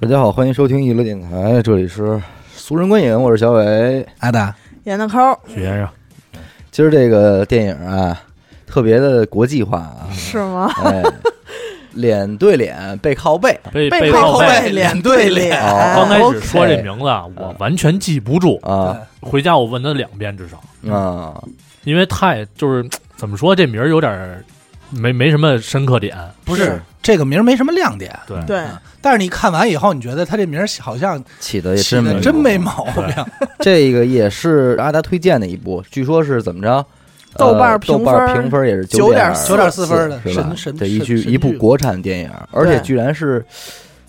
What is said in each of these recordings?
大家好，欢迎收听娱乐电台，这里是俗人观影，我是小伟。阿达，演的抠许先生，今儿这个电影啊，特别的国际化 啊，是吗？哎，脸对脸，背靠背，被背靠背脸对脸哦刚开始说啊 OK 嗯这名字啊，我完全记不住。啊回家我问他两遍至少，啊，因为太就是怎么说这名儿有点儿没没什么深刻点。不是是这个名儿没什么亮点，对，对，但是你看完以后，你觉得他这名儿好像起的也起真的没真有没毛病，这个也是阿达推荐的一部，据说是怎么着？豆瓣呃儿评豆分瓣儿儿评分也是9.4点九点四分的是吧神？神这一神句神一部剧国产电影，而且对居然是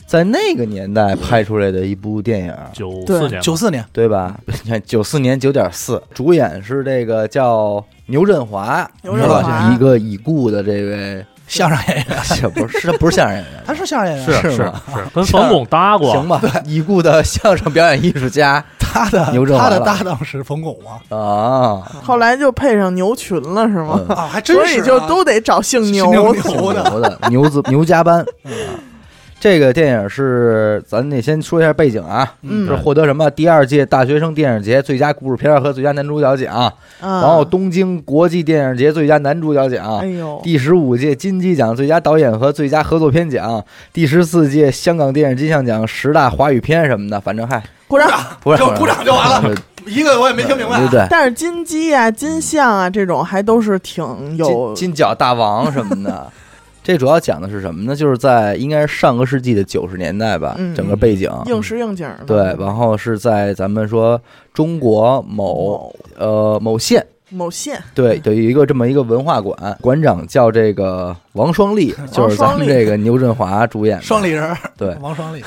在那个年代拍出来的一部电影，九对四年吧，九四年对吧？ 你看九四年九点四，主演是这个叫牛振华，牛振华一个已故的这 位，相声演员，啊不是是不是相声 演员，他是相声演是员，是是吗 是跟冯巩搭过，行吧？已故的相声表演艺术家他的牛振华他的了搭档是冯巩 吗？啊，后来就配上牛群了，是吗？嗯啊，还真所是以啊就都得找姓牛姓的。挺牛的，牛的牛子牛加班。啊这个电影是咱得先说一下背景啊，嗯是对获得什么第二届大学生电影节最佳故事片和最佳男主角奖，然然后东京国际电影节最佳男主角嗯哎奖。呦，第十五届金鸡奖最佳导演和最佳合作片奖，第十四届香港电影金像奖十大华语片什么的，反正嗨，鼓掌。不是就鼓掌就完了，一个我也没听明白啊对。对，但是金鸡嗯啊、金像啊这种还都是挺有金金角大王什么的。这主要讲的是什么呢？就是在应该是上个世纪的九十年代吧，嗯整个背景。应时应景的。对，然后是在咱们说中国某某呃某县，某县对，有一个这么一个文化馆，馆长叫这个王双立，就是咱们双立这个牛振华主演的。双立人儿，对王双立，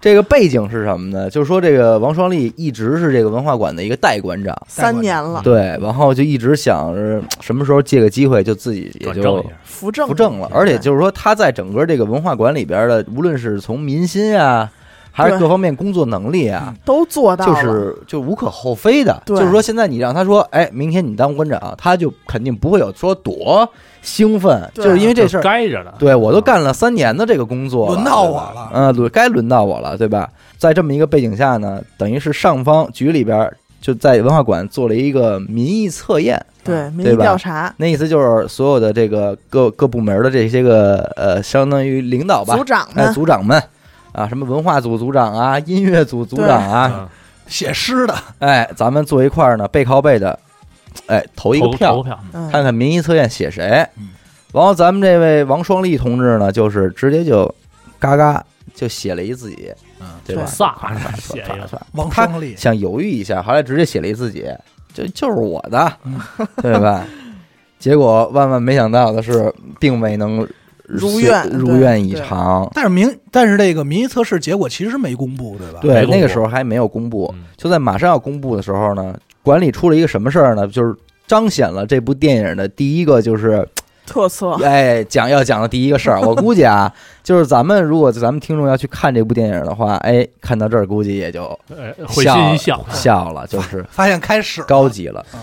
这个背景是什么呢？就是说这个王双立一直是这个文化馆的一个代馆长，三年了，对，然后就一直想着什么时候借个机会就自己也转正就一下。扶正不正了，而且就是说，他在整个这个文化馆里边的，无论是从民心啊，还是对各方面工作能力啊，都做到就了是就无可厚非的。对就是说，现在你让他说，哎，明天你当馆长，他就肯定不会有说多兴奋，对就是因为这就事儿，该着的，对我都干了三年的这个工作了，轮到我对吧了嗯，轮该轮到我了，对吧？在这么一个背景下呢，等于是上方局里边就在文化馆做了一个民意测验，对民嗯对意吧调查，那意思就是所有的这个各各部门的这些个呃，相当于领导吧组，长哎，们组长们啊，什么文化组组长啊，音乐组组长啊，嗯，写诗的，哎，咱们坐一块儿呢，背靠背的，哎，投一个投票投，票， 嗯看看民意测验写谁嗯。然后咱们这位王双立同志呢，就是直接就嘎嘎就写了一自己，嗯对吧？对飒唰 唰唰写一唰个唰王他双立，想犹豫一下，后来直接写了一自己，就就是我的嗯， 对吧？结果万万没想到的是，并未能如愿如对愿以偿。但是民但是这个民意测试结果其实没公布，对吧？对，没公布那个时候还没有公布，嗯就在马上要公布的时候呢，管理出了一个什么事儿呢？就是彰显了这部电影的第一个就是，特 色，哎，讲要讲的第一个事儿。我估计啊，就是咱们如果咱们听众要去看这部电影的话，哎，看到这儿估计也就哎会心一笑，笑了，就是发现开始了高级了嗯。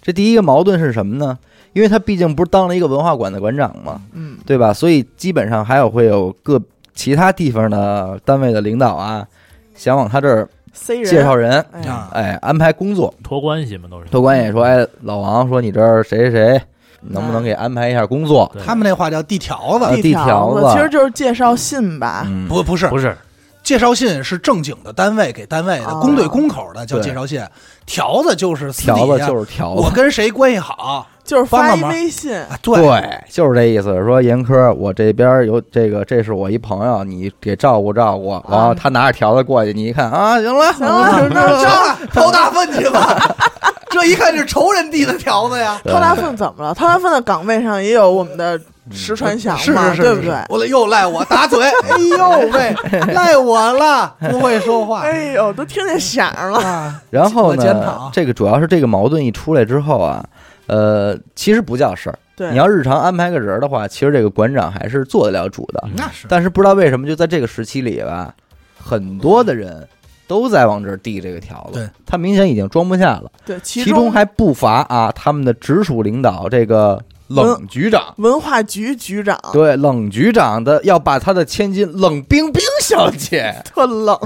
这第一个矛盾是什么呢？因为他毕竟不是当了一个文化馆的馆长嘛，嗯，对吧？所以基本上还有会有各其他地方的单位的领导啊，想往他这儿，C 人介绍人，哎啊，哎，安排工作。托关系嘛都是。托管也说，哎，老王说你这儿谁谁谁，能不能给安排一下工作？对他们那话叫地条啊子，地条条子其实就是介绍信吧，嗯，不不是不是介绍信是正经的单位给单位的，哦公对公口的叫对介绍信，条子就是私条底子下就是条我子，跟谁关系好就是发帮一个忙微信，啊？对，对，就是这意思。说严科，我这边有这个，这是我一朋友，你给照顾照顾。然后他拿着条子过去，你一看啊，行了，行了，那那 这 样掏大粪去吧， 这一看是仇人递的条子呀。掏大粪怎么了？掏大粪的岗位上也有我们的嗯石传祥是嘛，是是，对不是对？我得又赖我打 嘴，哎呦喂，赖我了，不会说话哎呦，都听见响儿了。啊！然后自我检讨呢，这个主要是这个矛盾一出来之后啊，呃，其实不叫事儿。对，你要日常安排个人儿的话，其实这个馆长还是做得了主的。嗯那是但是不知道为什么，就在这个时期里吧，很多的人都在往这儿递这个条子对，他明显已经装不下了。对，其其中还不乏啊，他们的直属领导这个冷局长，文化局局长啊对，冷局长的要把他的千金冷冰冰小姐，特冷，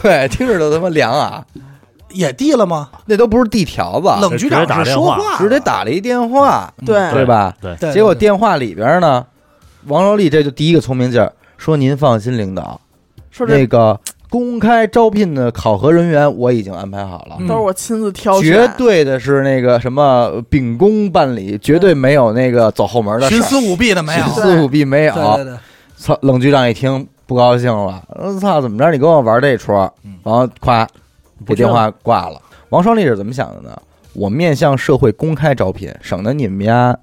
对，听着都他妈凉啊！也递了吗？那都不是地条子，冷局长是说话，直接打了一电话，对对吧？对，对。结果电话里边呢，王柔丽这就第一个聪明劲儿，说您放心，领导，说这那个公开招聘的考核人员我已经安排好了。嗯都是我亲自挑选，绝对的是那个什么秉公办理，绝对没有那个走后门的事徇儿，私舞弊的没有徇，私舞弊没有。对对对，操，冷局长一听不高兴了，我操，怎么着？你跟我玩这出儿嗯？然后咵，不给去电了话挂了。王双立是怎么想的呢？我面向社会公开招聘，省得你们家，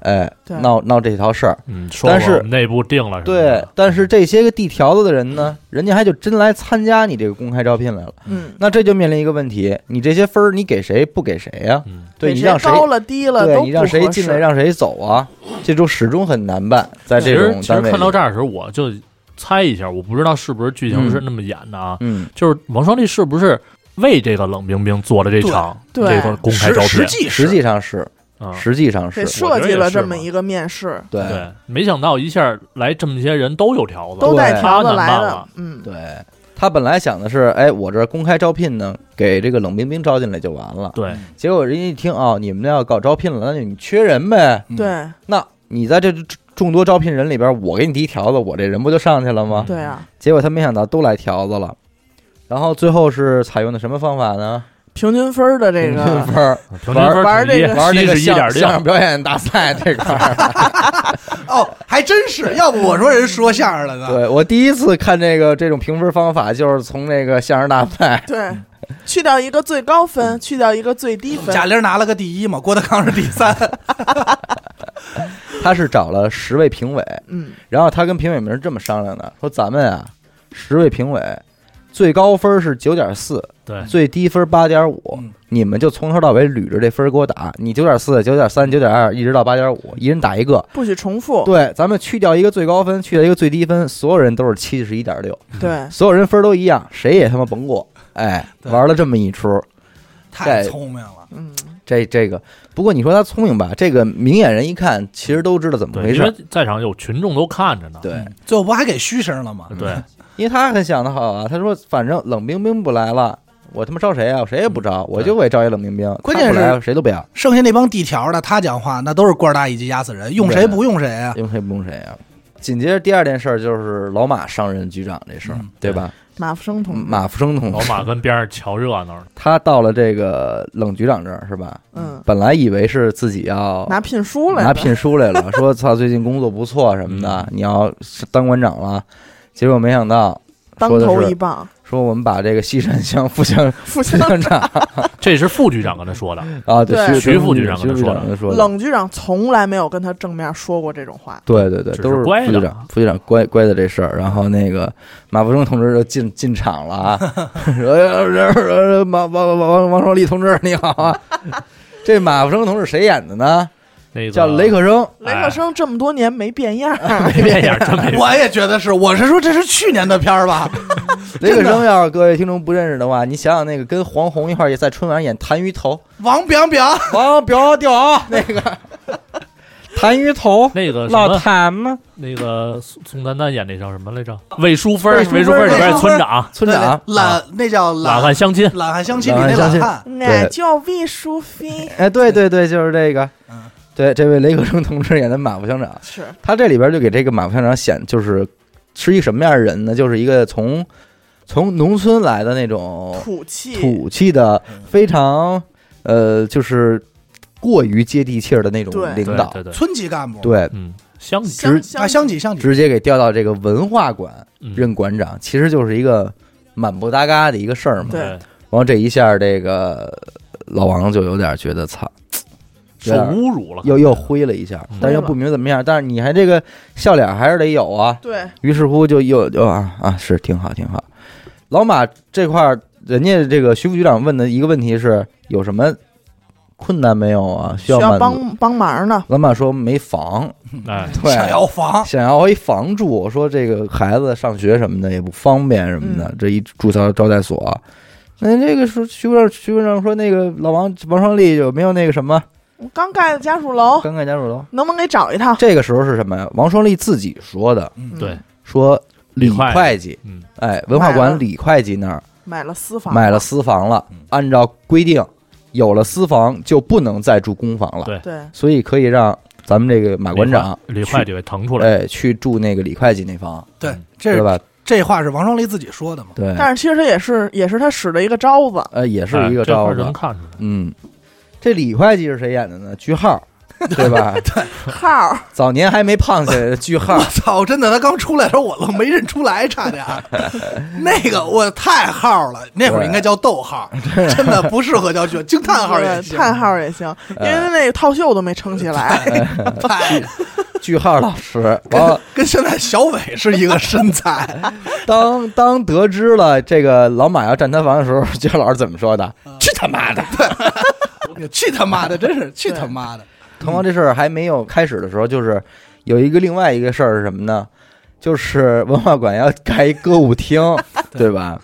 哎，对闹闹这套事儿。嗯，说但是我们内部定了，对，，但是这些个地条子的人呢，人家还就真来参加你这个公开招聘来了。嗯，那这就面临一个问题，你这些分儿你给谁不给谁呀、嗯，对给你谁让谁高了低了对都你让不谁合进适来，让谁走啊？这种始终很难办，在其这实种其实单位看到里，这儿的时候，我就猜一下，我不知道是不是剧情是那么演的啊，嗯，就是王双立是不是为这个冷冰冰做了这场对对这个公开招聘实实际实是际上是，啊？实际上是给，我设觉得计也了是这嘛么一个面试，对对，没想到一下来这么些人都有条子，都对带条子他难来办的了，嗯，对他本来想的是，哎，我这公开招聘呢，给这个冷冰冰招进来就完了。对，结果人家一听啊、哦，你们那要搞招聘了，那你缺人呗？嗯对那你在这众多招聘人里边，我给你第一条子，我这人不就上去了吗？对啊，结果他没想到都来条子了。然后最后是采用的什么方法呢？平均分儿的这平均个分 儿，平均分玩统一这个玩这个71相点相六声，表演大赛这块 儿。哦，还真是，要不我说人说相声了呢。对我第一次看这个这种评分方法，就是从那个相声大赛。对， 去掉一个最高分，去掉一个最低分，贾玲拿了个第一嘛，郭德纲是第 三，他是找了十位评委，嗯，然后他跟评委们是这么商量的，说咱们啊，十位评委，最高分是九点四，对，最低分八点五嗯，你们就从头到尾捋着这分给我打，你九点四、九点三、九点二，一直到八点五，一人打一个。不许重复，对，咱们去掉一个最高分，去掉一个最低分，所有人都是七十一点六，对，所有人分都一样，谁也他妈甭过。哎，哎对玩了这么一出，太聪明了。嗯，这这个，不过你说他聪明吧，这个明眼人一看，其实都知道怎么对，回因事为。在场有群众都看着呢，对，嗯，最后不还给嘘声了吗？对，因为他很想的好啊，他说反正冷冰冰不来了，我他妈招谁啊？我谁也不招，我就会招一冷冰冰。关键是他不来谁都不要， 剩下那帮地条的，他讲话那都是官大一级压死人，用谁不用谁啊？用谁不用谁啊？紧接着第二件事儿就是老马上任局长这事儿嗯，对吧？马复生同志，马福生同老志，马跟边上瞧热闹呢，他到了这个冷局长这儿是吧？嗯，本来以为是自己要拿聘书来的，拿聘书来了，说操，最近工作不错什么的，你要当馆长了。结果没想到当说的头是一棒，说我们把这个西山乡副乡副副 乡乡长这是副局长跟他说的，啊，对徐徐副局长徐副局跟他长说的跟他说的，冷局长从来没有跟他正面说过这种话，对对对，只是都是乖副局的长，副局长乖乖的这事儿。然后那个马福生同志就进进场了 啊，说呃呃呃马王王王王双立同志你好啊， 这马福生同志谁演的呢？那个叫雷克 生，雷克生这么多年没变样儿， 没变样，真没我也觉得是，我是说这是去年的片儿吧？雷克真的啊生要是各位听众不认识的话，你想想那个跟黄宏一块儿在春晚演谭鱼头，王彪彪，王表屌 啊那个谭鱼头，那个什老么，谭吗？那个宋宋丹丹演那叫什么来着？魏淑芬魏儿，淑芬儿魏淑芬儿里边魏淑的芬儿村长，村长啊对懒那叫懒懒汉相亲，懒汉相亲里那懒汉懒相汉，对那哎叫魏淑芬，哎， 对对对，就是这个嗯。对，这位雷克生同志演的马副乡长，是他这里边就给这个马副乡长显就是是一个什么样的人呢？就是一个从从农村来的那种土气，土气的嗯，非常呃，就是过于接地气儿的那种对领导，对对对，村级干部，，对，嗯，相亲乡啊，乡乡级乡级，直接给调到这个文化馆嗯任馆长，其实就是一个满不搭嘎的一个事儿嘛。对对然后这一下，这个老王就有点觉得操，受侮辱了，又又灰了一下嗯，但又不明怎么样，但是你还这个笑脸还是得有啊。对于是乎就又就啊啊，是挺好挺好。老马这块儿，人家这个徐副局长问的一个问题是有什么困难没有啊？需需要要满足。帮帮忙呢，老马说没房，哎，对，想要房，想要一房住，我说这个孩子上学什么的也不方便什么的，这一注册招待所，那这个说徐部长，徐部长说那个老王王双立有没有那个什么我刚盖的家属楼，刚盖家属楼。能不能给找一趟？这个时候是什么呀？王双立自己说的，嗯对，说李李会计会计，嗯，哎，文化馆李会计那儿买了私房，买了私房了嗯，按照规定，有了私房就不能再住公房了，对对，所以可以让咱们这个马馆长李会计给腾出来，哎去住那个李会计那房，对嗯，这对是吧？这话是王双立自己说的嘛？对，但是其实也是也是他使的一个招 子，呃，也是哎一个这块招儿就子能，看出来，嗯，这李会计是谁演的呢？句号，对 吧？号儿早年还没胖起来的句号我， 操！真的，他刚出来的时候我都没认出来，差点儿。 那个我太号了，那会儿应该叫逗号，真的不适合叫句，惊叹号也对行。叹号也 行，因为呃那个套袖都没撑起来，嗯太句号老师，王哎跟现在小伟是一个身材，当当得知了这个老马要占他房的时候， 句号老师怎么说的？去他妈的！去他妈的，真是去他妈的！滕王这事儿还没有开始的时候，就是有一个另外一个事儿是什么呢？就是文化馆要盖一歌舞 厅，对吧？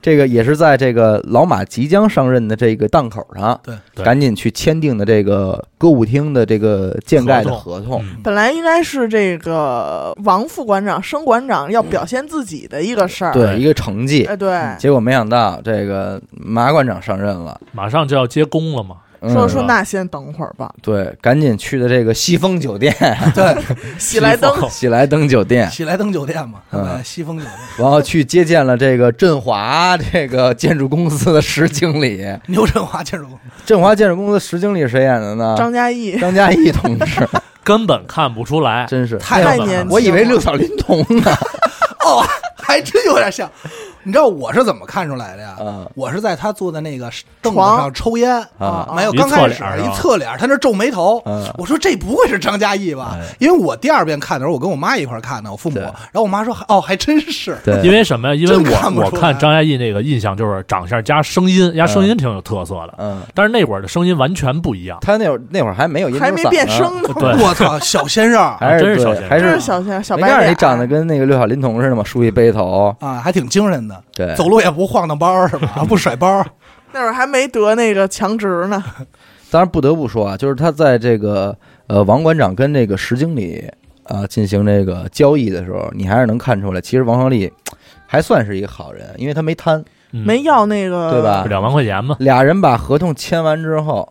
这个也是在这个老马即将上任的这个档口上，对对赶紧去签订的这个歌舞厅的这个建盖的合同，嗯本来应该是这个王副馆长、升馆长要表现自己的一个事儿，对嗯一个成绩。哎对，结果没想到这个马馆长上任了，马上就要接工了嘛，嗯说说那先等会儿吧，对，赶紧去的这个西风酒店、对，嗯喜来登西喜来登酒 店，喜来登酒店嘛，嗯哎西风酒店， 然后去接见了这个振华这个建筑公司的石经理。牛振华建筑，振华建筑公司石经理谁演的呢？张嘉译张嘉译同 志，根本看不出来，真是太太了年轻了，我以为六小龄童 呢。哦，还真有点像。你知道我是怎么看出来的嗯呀？啊我是在他坐在那个凳子床上抽烟，啊没有，一刚侧开脸始儿是吧一侧脸儿，他那皱眉头嗯。我说这不会是张嘉译吧？因为我第二遍看的时候，我跟我妈一块儿看的，我父母。哎对然后我妈说：“哦，还真是。对因为什么呀？因为真看不我我出来看张嘉译那个印象就是长相加声音，加声音挺有特色的，嗯，但是那会儿的声音完全不一样。他那会儿那会儿还没有音还流没嗓变呢，声呢，对我操，小鲜肉儿嗯还是啊真是对小鲜肉还真是是小鲜小没白告诉脸啊你儿，长得跟那个六小龄童似的嘛，梳一背头，啊，还挺精神的，对，走路也不晃荡包儿是吧？ 啊不甩包儿，那会儿还没得那个强直呢，当然不得不说啊，就是他在这个呃王馆长跟这个石经理啊、呃进行这个交易的时候，你还是能看出来，其实王双立还算是一个好人，因为他没贪。嗯没要那个对吧两万块钱嘛，俩人把合同签完之后，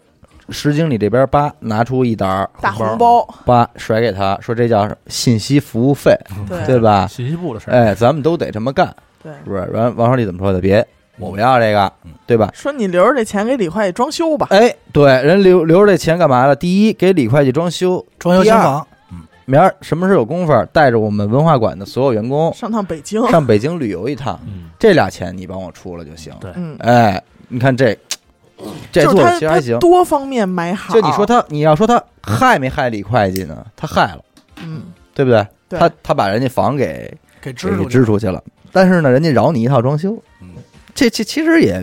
石经理这边叭拿出一沓儿大红红包，叭甩给他，说这叫信息服务费， 对对吧？信息部的事儿。哎，咱们都得这么干，对，是不是？然后王双立怎么说的？别，我不要这个，对吧？说你留着这钱给李会计装修吧，哎，对，人留留着这钱干嘛了？第一，给李会计装修，装修第新二房。明儿什么时候有功夫，带着我们文化馆的所有员 工上趟北京，上北京旅游一趟，嗯，这俩钱你帮我出了就行。对嗯，哎，你看这这就是做的他其实还行他。多方面买好，就你说，他，你要说他害没害李会计呢？他害了，嗯，对不对？对他他把人家房给给支给给出去支出去了，但是呢，人家饶你一套装修嗯，这这其实也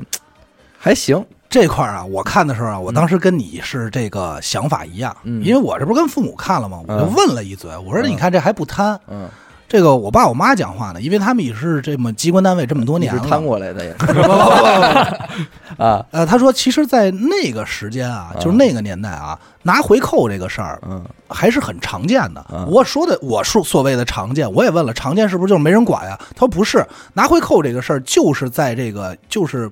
还行。这块儿啊，我看的时候啊，我当时跟你是这个想法一样，嗯因为我这不是跟父母看了吗？我就嗯问了一嘴，我说嗯你看这还不贪，嗯，这个我爸我妈讲话呢，因为他们也是这么机关单位这么多你年是了， 贪过来的也不不不啊，呃，他说其实，在那个时间啊，就是那个年代啊，拿回扣这个事儿嗯还是很常见的嗯。我说的，我说所谓的常见，我也问了，常见是不是就是没人管呀？他说不是，拿回扣这个事儿就是在这个就是。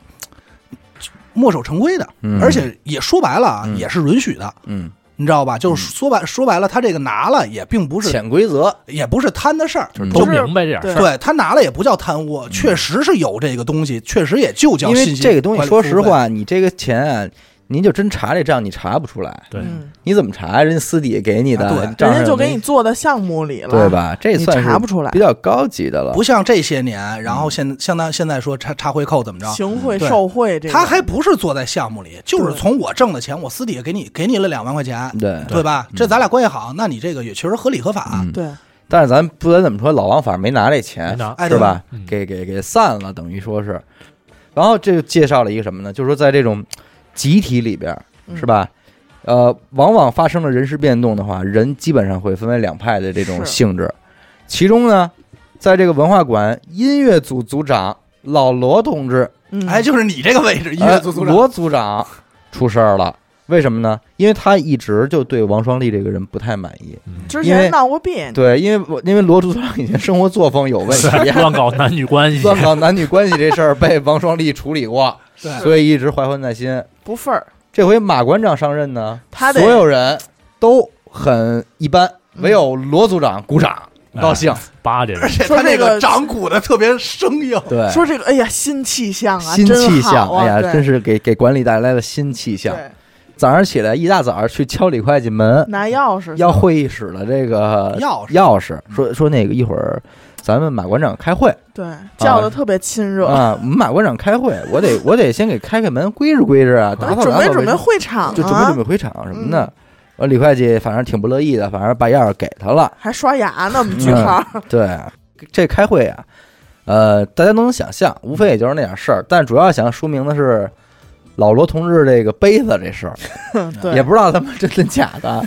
墨守成规的嗯，而且也说白了啊，嗯也是允许的，嗯，你知道吧？就是说白说白了，他这个拿了也并不是潜规则，也不是贪的事儿，嗯就是嗯都不是明白这点事儿。对他拿了也不叫贪污，确实是有这个东西，确实也就叫因为信息这个东西，管理说服务实费，话，你这个钱啊，您就真查这账，你查不出来，对，嗯，你怎么查呀？人家私底下给你的，啊对账人上家就没给你做到项目里了，对？吧？这你算是查不出来比较高级的了。不像这些年，然后现相当现在说查查回扣怎么着，行贿对受贿这个，他还不是坐在项目里，就是对从我挣的钱，我私底下给你给你了两万块钱，嗯对，对吧？这咱俩关系好，那你这个也确实合理合法。嗯对但是咱不管怎么说，老王反正没拿这没钱，拿哎是吧对嗯？给给给散了，等于说是。然后这就介绍了一个什么呢？就是说在这种集体里边，嗯是吧？呃，往往发生了人事变动的话，人基本上会分为两派的这种是性质。其中呢，在这个文化馆音乐组组长老罗同志，嗯，哎，就是你这个位置，音哎乐组组长，罗组长出事儿了。为什么呢？因为他一直就对王双立这个人不太满意。嗯之因为前闹过别扭，对，因为我因为罗竹长以前生活作风有问题，乱搞男女关系，乱搞男女关系这事儿被王双立处理过，对嗯所以一直怀恨在心。不忿儿，这回马馆长上任呢，他得所有人都很一般，嗯唯有罗组长鼓掌哎高兴。哎扒这而个，且说他这那个个掌鼓的特别生硬，对，说这个，哎呀，新气象啊，新气真象，好啊哎呀，对真是给给管理带来了新气象。对嗯早上起来一大早去敲李会计门，拿钥匙去要会议室的这个钥匙钥匙，说说那个一会儿咱们马馆长开会对叫的特别亲热，啊，我们马馆长开会，我 得我得先给开开门，归置归置啊，打扫准打备扫准备卫会场啊，嗯就准备准备回场什么的。我李会计反正挺不乐意的，反正把钥匙给他了。还刷牙 呢，我们句号儿对，这开会啊，呃，大家都能想象，无非也就是那点事儿，但主要想说明的是老罗同志这个杯子这事儿。 对，嗯也不知道他们真的假的。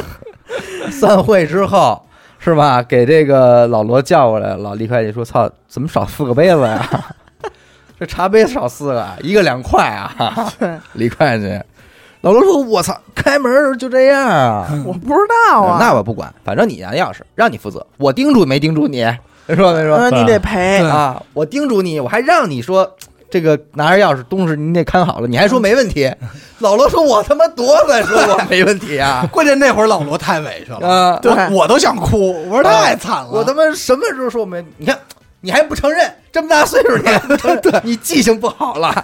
散会之后是吧？给这个老罗叫过来，老李会计说：“操，怎么少四个杯子呀？ 这茶杯少四个，一个两块啊！” 对，李会计，老罗说：“我操，开门儿就这样啊？我不知道啊，那我不管，反正你拿钥匙，让你负责，我叮嘱没叮嘱你？ 没说没说嗯你得赔对，啊，我叮嘱你，我还让你说。”这个拿着钥匙东西你得看好了，你还说没问题。老罗说：“我他妈多咱说我没问题 啊！”关键那会儿老罗太委屈了，啊，对我我都想哭，我说太惨了，我他妈什么时候说没？你看，你还不承认，这么大岁数你还不承认，对，你记性不好了，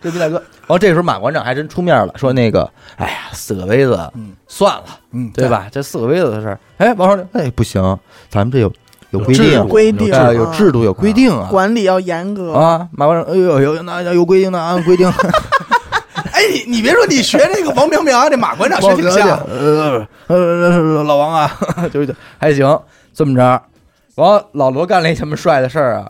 这逼大哥。然后这时候马馆长还真出面了，说那个，哎呀，四个杯子嗯算了，嗯，对？吧？这四个杯子的事儿，哎，王双立，哎，不行，咱们这有有有规制定度，规定啊，啊有制度，有规定啊。管理要严格，啊，马馆长，哎呦，有那那有规定的，按规 定。哎，你你别说，你学这个王明明啊，这马馆长学挺像，呃呃，老王啊， 就是还行，这么着。然后老罗干了一什么帅的事儿啊？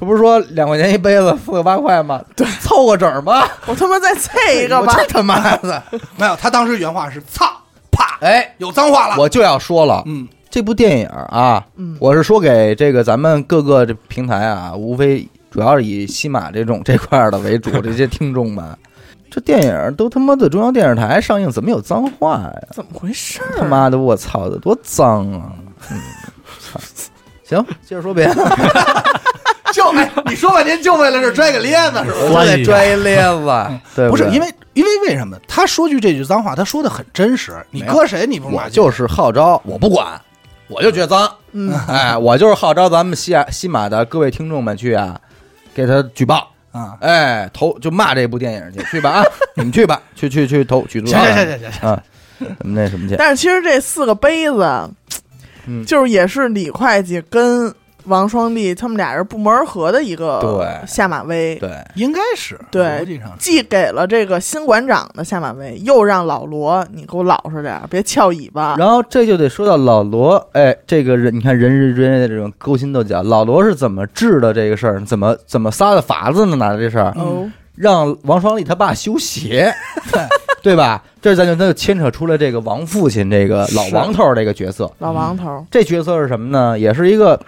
这不是说两块钱一杯子，四个八块吗？对，凑个整儿 吧，我他妈再啐一个我吧，真他妈的，没有，他当时原话是操啪，哎，有脏话了，我就要说了，嗯，这部电影啊，嗯，我是说给这个咱们各个这平台啊，无非主要是以西马这种这块儿的为主，这些听众们。这电影都他妈的中央电视台上映，怎么有脏话呀？怎么回事儿？他妈的，我操的，多脏啊！嗯，操行，接着说别的， 就哎，你说半天就为了这拽个咧子是吧？我得拽一咧 子，对不对是因为因为为什么他说句这句脏话，他说的很真实，你没有搁谁你不我骂街就是号召，我不管，我就觉得脏，嗯，哎，我就是号召咱们西亚西马的各位听众们去啊，给他举报，啊，哎，投就骂这部电影去，去吧啊，你们去吧，去去去投举报，行行行行行，啊，咱们那什么去，但是其实这四个杯子，嗯就是也是李会计跟王双立他们俩人不谋而合的一个对下马威，对，应该是对逻辑上是既给了这个新馆长的下马威，又让老罗你给我老实点儿，别翘尾巴。然后这就得说到老罗，哎，这个人，你看人与人的这种勾心斗角，老罗是怎么治的这个事儿？怎么怎么撒的法子呢？拿着这事儿，哦，让王双立他爸修鞋，对对吧？这咱就那就牵扯出了这个王父亲这个老王头儿这个角色。老王头儿，这角色是什么呢？也是一个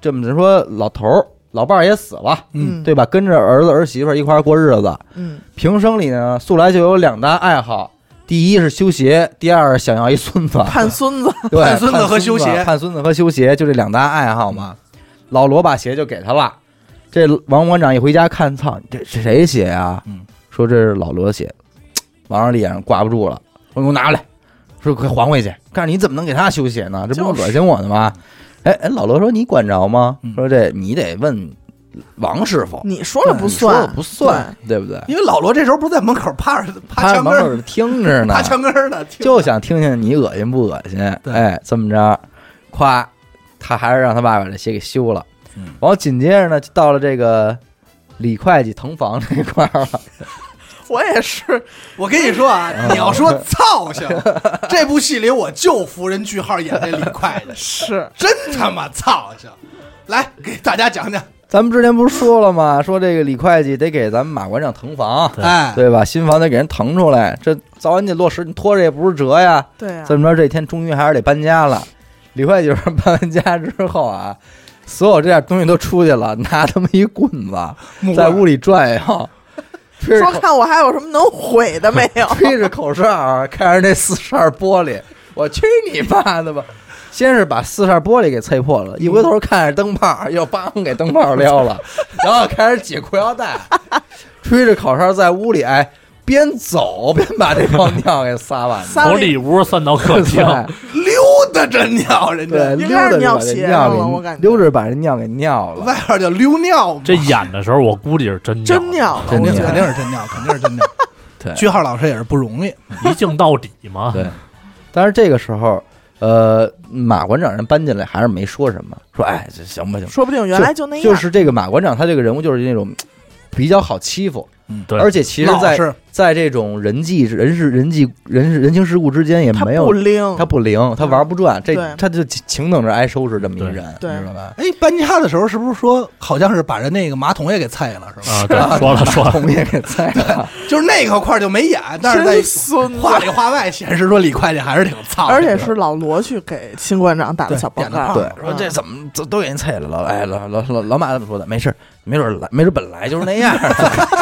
这么着说，老头儿老伴儿也死了，嗯，对吧？跟着儿子儿媳妇儿一块儿过日子，嗯，平生里呢素来就有两大爱好。第一是修鞋，第二是想要一孙子，盼孙子， 对，盼孙子和修鞋盼孙子和修鞋就这两大爱好嘛。老罗把鞋就给他了，这王馆长一回家看，操，这这谁鞋啊？嗯说这是老罗的鞋，王二立眼上挂不住了，我给我拿来，说快还回去。告诉你怎么能给他修鞋呢？这不就是是恶心我呢吗？哎哎，老罗说你管着吗嗯？说这你得问王师傅，哎你说了不你说了算，不算，对不对？因为老罗这时候不是在门口趴着趴他墙门根儿口听着呢，趴墙根儿呢，听就想听听你恶心不恶心。对哎，这么着，夸，他还是让他爸把这鞋给修了。嗯然后紧接着呢，就到了这个李会计腾房这一块儿 了。我也是， 我跟你说啊，嗯你要说操 性，这部戏里我就服人句号演这李会 计，是真他妈操性！来给大家讲讲，咱们之前不是说了吗？说这个李会计得给咱们马馆长腾房，对哎，对吧？新房得给人腾出来，这早晚得落实，你拖着也不是辙呀。对啊，这么着，这天终于还是得搬家了。 李会计就是搬完家之后啊，所有这点东西都出去了，拿他妈一棍子，木在棍儿屋里转悠，吹着说口？看我还有什么能毁的没有 吹着口哨，看着那四扇玻璃，我去你妈的吧！先是把四扇玻璃给吹破了，一回头看着灯泡，又梆给灯泡撩 了，然后开始解裤腰带，吹着口哨在屋里哎，边走边把这泡尿给撒完了，三从里屋算到 客厅，哎溜达着尿，人对，家溜应该达是着尿把这鞋尿上了我给感觉溜着把人尿给尿了，外边叫溜尿嘛，这演的时候我估计是真真尿尿，了，真我尿觉肯定得是真尿，肯定是真尿。啊 对句号老师也是不容易，一镜到底嘛。对，但是这个时候，呃，马馆长人搬进来还是没说什么，说哎，这行吧行吧，说不定原来就那样。就是这个马馆长他这个人物就是那种比较好欺负，嗯对而且其实老在实在这种人际人事人际人事人情世故之间也他没不有灵，嗯他不灵，他玩不转，这对他就请等着挨收拾这么一对人，对你知道吧？哎，搬家的时候是不是说好像是把人那个马桶也给拆了，是吧？啊，对，说 了 说了，同也给栽 了，就是那个块儿就没演，但是真在孙子，话里话外显示说李会计还是挺啊糙的，而且是老罗去给新馆长打的对小报点的告。炮对，嗯说这怎么这都给人菜了，老哎老老老老马怎么说的？没事儿，没准儿来，没准儿本来就是那样儿，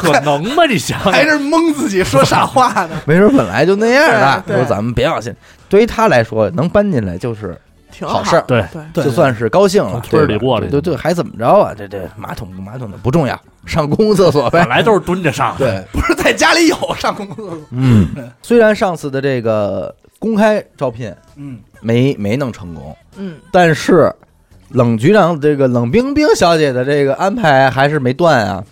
可能吗？你想想，还是蒙自己说傻话呢。没准儿本来就那样儿的。对说对咱们别往心，对于他来说，能搬进来就是挺好事儿对对，对就算是高兴了从，村儿对里吧过来对对，还怎么着啊？这这马桶不马桶的不重要，上公共厕所呗本。来都是蹲着上的， 对， 不是在家里有上公共厕所，嗯， 虽然上次的这个公开招聘嗯，没没能成功，嗯，但是冷局长这个冷冰冰小姐的这个安排还是没断啊。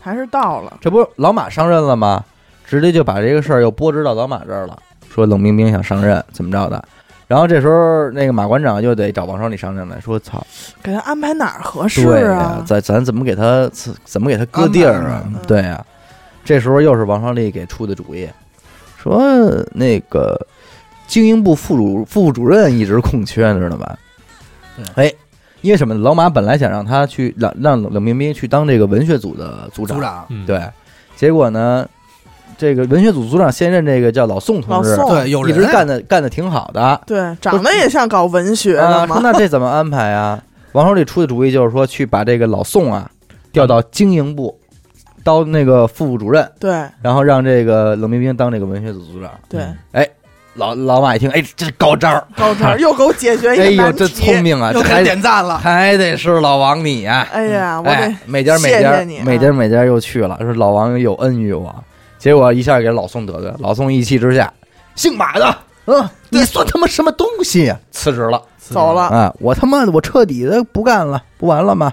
还是到了。这不老马上任了吗？直接就把这个事儿又波折到老马这儿了，说冷冰冰想上任，怎么着的？然后这时候那个马馆长又得找王双立上任来说：“操，给他安排哪儿合适对呀啊？咱咱怎么给他怎么给他搁地儿啊安排安？排对呀、这时候又是王双立给出的主意，说那个精英部副主副主任一直空缺，知道吧？哎，因为什么呢？老马本来想让他去让让冷冰冰去当这个文学组的组长组，长，嗯，对，结果呢，这个文学组组长现任这个叫老宋同老志，宋对，有一人啊直干的干的挺好的，对，长得也像搞文学啊，的说嘛。那这怎么安排啊？ 王守礼出的主意就是说，去把这个老宋啊嗯调到经营部，当那个副部主任，对然后让这个冷冰冰当这个文学组组长。嗯哎对，老老马一听，哎，这是高招儿，高招 又给我解决哎一呦，个难这题聪。明啊，又这给人还点赞了，还得是老王你呀、哎呀，我哎得，每家每家谢谢你啊每家每家又去了，说老王有恩于我，结果一下给老宋得罪，老宋一气之下，姓马的，嗯，你算他妈什么东西呀？辞职了走了。啊！我他妈的，我彻底的不干了，不完了吗？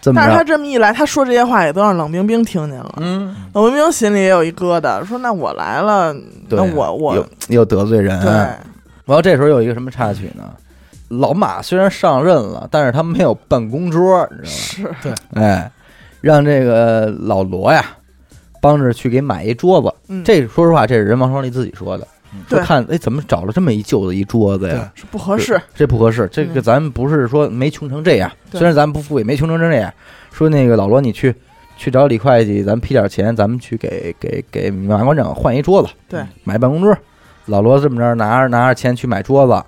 这么但是他着，这么一来，他说这些话也都让冷冰冰听见了。嗯，冷冰冰心里也有一疙瘩，说那我来了，对嗯那我我又又得罪人。啊对然后这时候有一个什么插曲呢？老马虽然上任了，但是他没有办公桌，你知道吗？是哎，让这个老罗呀，帮着去给买一桌子。嗯这说实话，这是人王双立自己说的，说对看哎怎么找了这么一旧的一桌子呀，是不合适，这不合适。这个嗯咱们不是说没穷成这样，对虽然咱们不富也没穷成这样。说那个老罗，你去去找李会计，咱们批点钱，咱们去给给给马馆长换一桌子，对，买办公桌。老罗这么着拿着拿着钱去买桌子，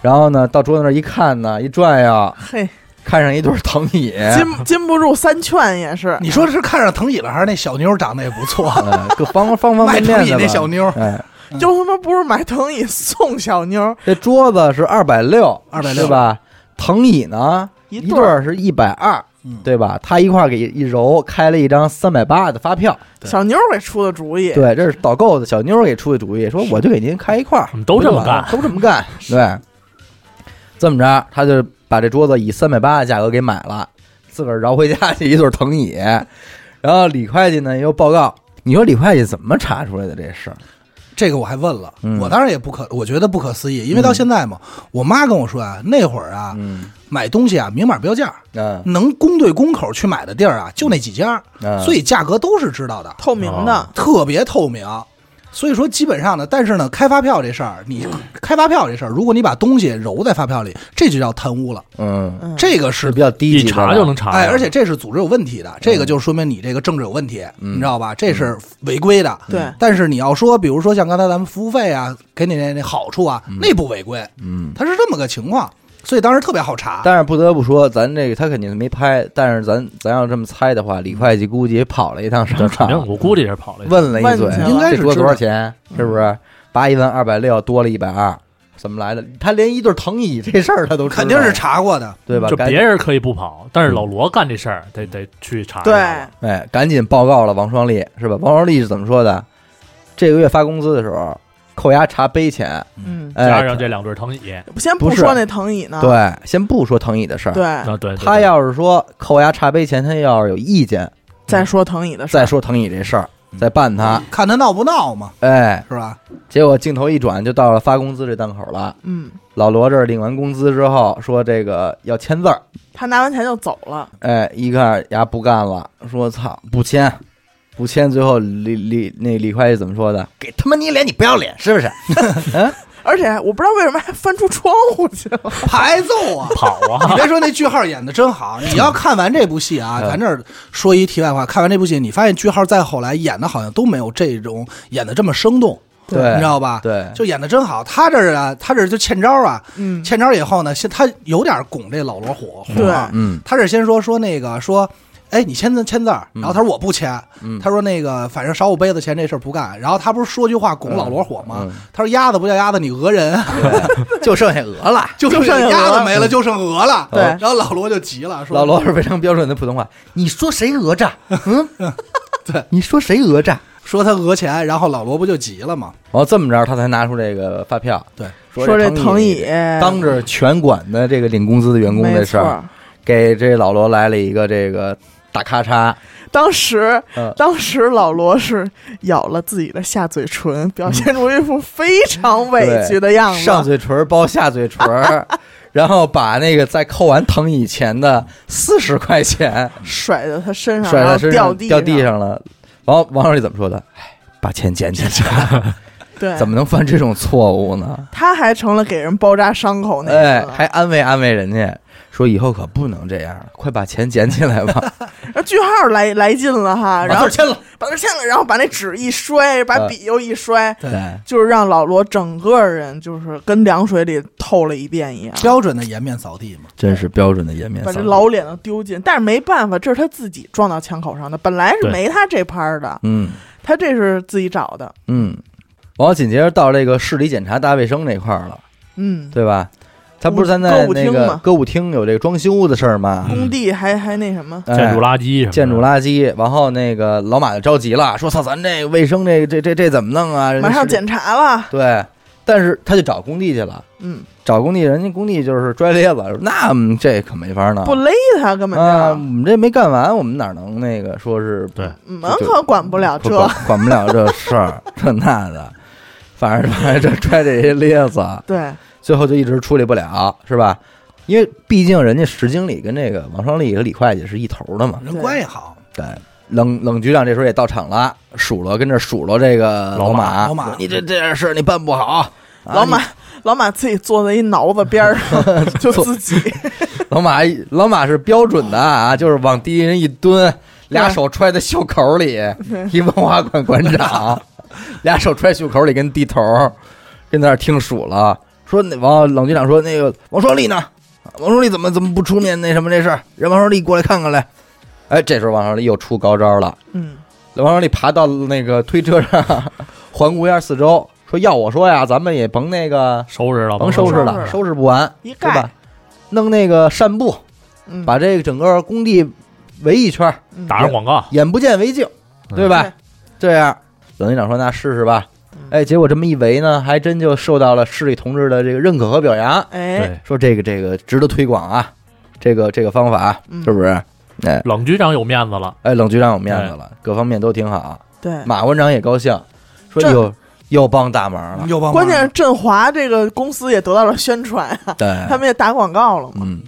然后呢到桌子那儿一看呢，一转呀，嘿，看上一对儿藤 椅，？禁禁不住三劝也是。你说是看上藤椅了，还是那小妞长得也不错呃各方方方卖面藤面椅的吧那小妞哎，就他妈不是买藤椅送小妞儿这桌子是二百六， 260对吧？藤椅呢，一一对对儿，儿是一百二嗯，对吧？他一块儿给一揉，开了一张三百八的发票。对小妞儿给出的主意。对，这是导购的小妞儿给出的主意，说我就给您开一块儿我，们都这不就么完了干都这么干。 对，这么着，他就把这桌子以三百八的价格给买了，自个儿饶回家去一对儿藤椅。然后李会计呢又报告，你说李会计怎么查出来的这事儿？这个我还问了嗯，我当然也不可，我觉得不可思议，因为到现在嘛，我妈跟我说啊，那会儿啊，嗯买东西啊，明码标价，嗯能公对公口去买的地儿啊，就那几家，嗯，所以价格都是知道的，透明的哦，特别透明。所以说，基本上呢，但是呢，开发票这事儿，你嗯开发票这事儿，如果你把东西揉在发票里，这就叫贪污了。嗯。嗯，这个是是比较低一级的查了就能查出来。哎，而且这是组织有问题的，这嗯个就说明你这个政治有问题，你知道吧？这是违规的。嗯对但是你要说，比如说像刚才咱们服务费啊，给你那那好处啊，那不违规，嗯，它是这么个情况。所以当时特别好查。但是不得不说，咱这个他肯定是没拍，但是咱咱要这么猜的话，李会计估计也跑了一趟商这肯定场，我估计也是跑了一趟。问了一嘴问去，了这应该是多知多少道嗯钱？是不是八一万二百六多了一百二？怎么来的？他连一对藤椅这事儿他都知道肯定是查过的，对吧？就赶别人可以不跑，但是老嗯罗干这事儿得得去查一对下了。哎，赶紧报告了王双立是吧？王双立是怎么说的？这个月发工资的时候扣押查杯钱，嗯，哎，加上这两对藤椅，先不不是说那藤椅呢，对，先不说藤椅的事儿，对，啊对，对！他要是说扣押查杯钱，他要是有意见，再说藤椅的事儿再说藤椅这事儿，嗯再办他。看他闹不闹嘛，哎，是吧？结果镜头一转，就到了发工资这档口了。嗯，老罗这儿领完工资之后，说这个要签字儿。他拿完钱就走了，哎，一看牙不干了，说操，不签，不签。最后李李那李会计怎么说的？给他妈捏脸，你不要脸是不是？而且我不知道为什么还翻出窗户去 了，排奏啊跑你啊，别说那句号演的真好，你要看完这部戏啊， 嗯咱这儿说一题外话，看完这部戏，你发现句号再后来演的好像都没有这种演的这么生动，对你知道吧？对，就演的真好。他这儿啊，他这儿就欠招啊，嗯，欠招以后呢，先他有点拱这老罗火火啊，对嗯他是先说说那个说，哎，你签字签字儿，嗯然后他说我不签，嗯他说那个反正少我杯子钱这事儿不干，然后他不是说句话拱老罗火吗？嗯他说鸭子不叫鸭子，你讹人啊，对，就剩下鹅了。就就剩下鸭鹅子没了，就剩鹅了。啊对然后老罗就急了，说老罗是非常标准的普通话，你说谁讹诈？嗯， 对，你说谁讹诈？说他讹钱，然后老罗不就急了吗？然后这么着，他才拿出这个发票，对，说这藤椅椅当着全馆的这个领工资的员工没这事错儿，儿，给这老罗来了一个这个大咔嚓，当时嗯当时老罗是咬了自己的下嘴唇，表现出一副非常委屈的样上子。嘴唇包下嘴唇 儿，然后把那个在扣完藤椅前的四十块钱甩在他身上，甩然在后身嗯掉上地掉地，上了。王王老师怎么说的？哎，把钱捡起来， 对，怎么能犯这种错误呢？他还成了给人包扎伤口那哎个，了？还安慰安慰人家，说以后可不能这样，快把钱捡起来 吧。然后句号来来劲了哈，然后签了，把他签了，然后把那纸一摔，把呃笔又一摔，对，就是让老罗整个人就是跟凉水里透了一遍一样， 标准的颜面扫地嘛。真是标准的颜面把扫这地。老脸都丢尽。但是没办法，这是他自己撞到枪口上的，本来是对没他这拍儿的，嗯他这是自己找的。嗯，然后紧接着到这个市里检查大卫生这块儿了，嗯，对吧？他不是咱歌在舞那厅个嘛歌舞厅有这个装修的事儿吗？工地还还那什么， 哎嗯建筑垃圾什么的，建筑垃圾，然后那个老马就着急了，说：“操，咱这个卫生这这这这怎么弄啊？人家马上市里检查了。对，但是他就找工地去了，嗯，找工地，人家工地就是拽咧子，那我们这可没法弄不勒他根本啊，我就们这没干完，我们哪能那个说是对嗯门可管不了这管。管不了这事儿 这那的，反正反正这拽这些咧子，啊对，最后就一直处理不了，是吧？因为毕竟人家石经理跟这个王双立和李会计是一头的嘛，人关系好，对，冷冷局长这时候也到场了，数落跟这数落这个老马，马老马你这这件事你办不好。啊老马你老马自己坐在一挠子边儿上，就自己老马，老马是标准的啊，就是往敌人一蹲，俩手揣在袖口里， 一文化馆馆长，俩手揣袖口里跟低头，跟那儿听数了。说那王冷局长说那个王双立呢？王双立怎么怎么不出面那什么这事儿？让王双立过来看看来。哎，这时候王双立又出高招了。嗯，王双立爬到那个推车上，环顾一下四周，说：“要我说呀，咱们也甭那个，收拾了，甭收拾收拾了，了收拾不完，一对吧盖，？弄那个扇布，嗯，把这个整个工地围一圈，嗯打上广告，眼不见为净，嗯对吧对？嗯这样，冷局长说：那试试吧。哎，结果这么一围呢，还真就受到了市里同志的这个认可和表扬，哎，对，说这个这个值得推广啊，这个这个方法嗯是不是？哎冷局长有面子了，哎，冷局长有面子了，各方面都挺好。对，马馆长也高兴，说这又又帮大忙了。又帮忙关键是振华这个公司也得到了宣传啊，对，他们也打广告了嘛。嗯。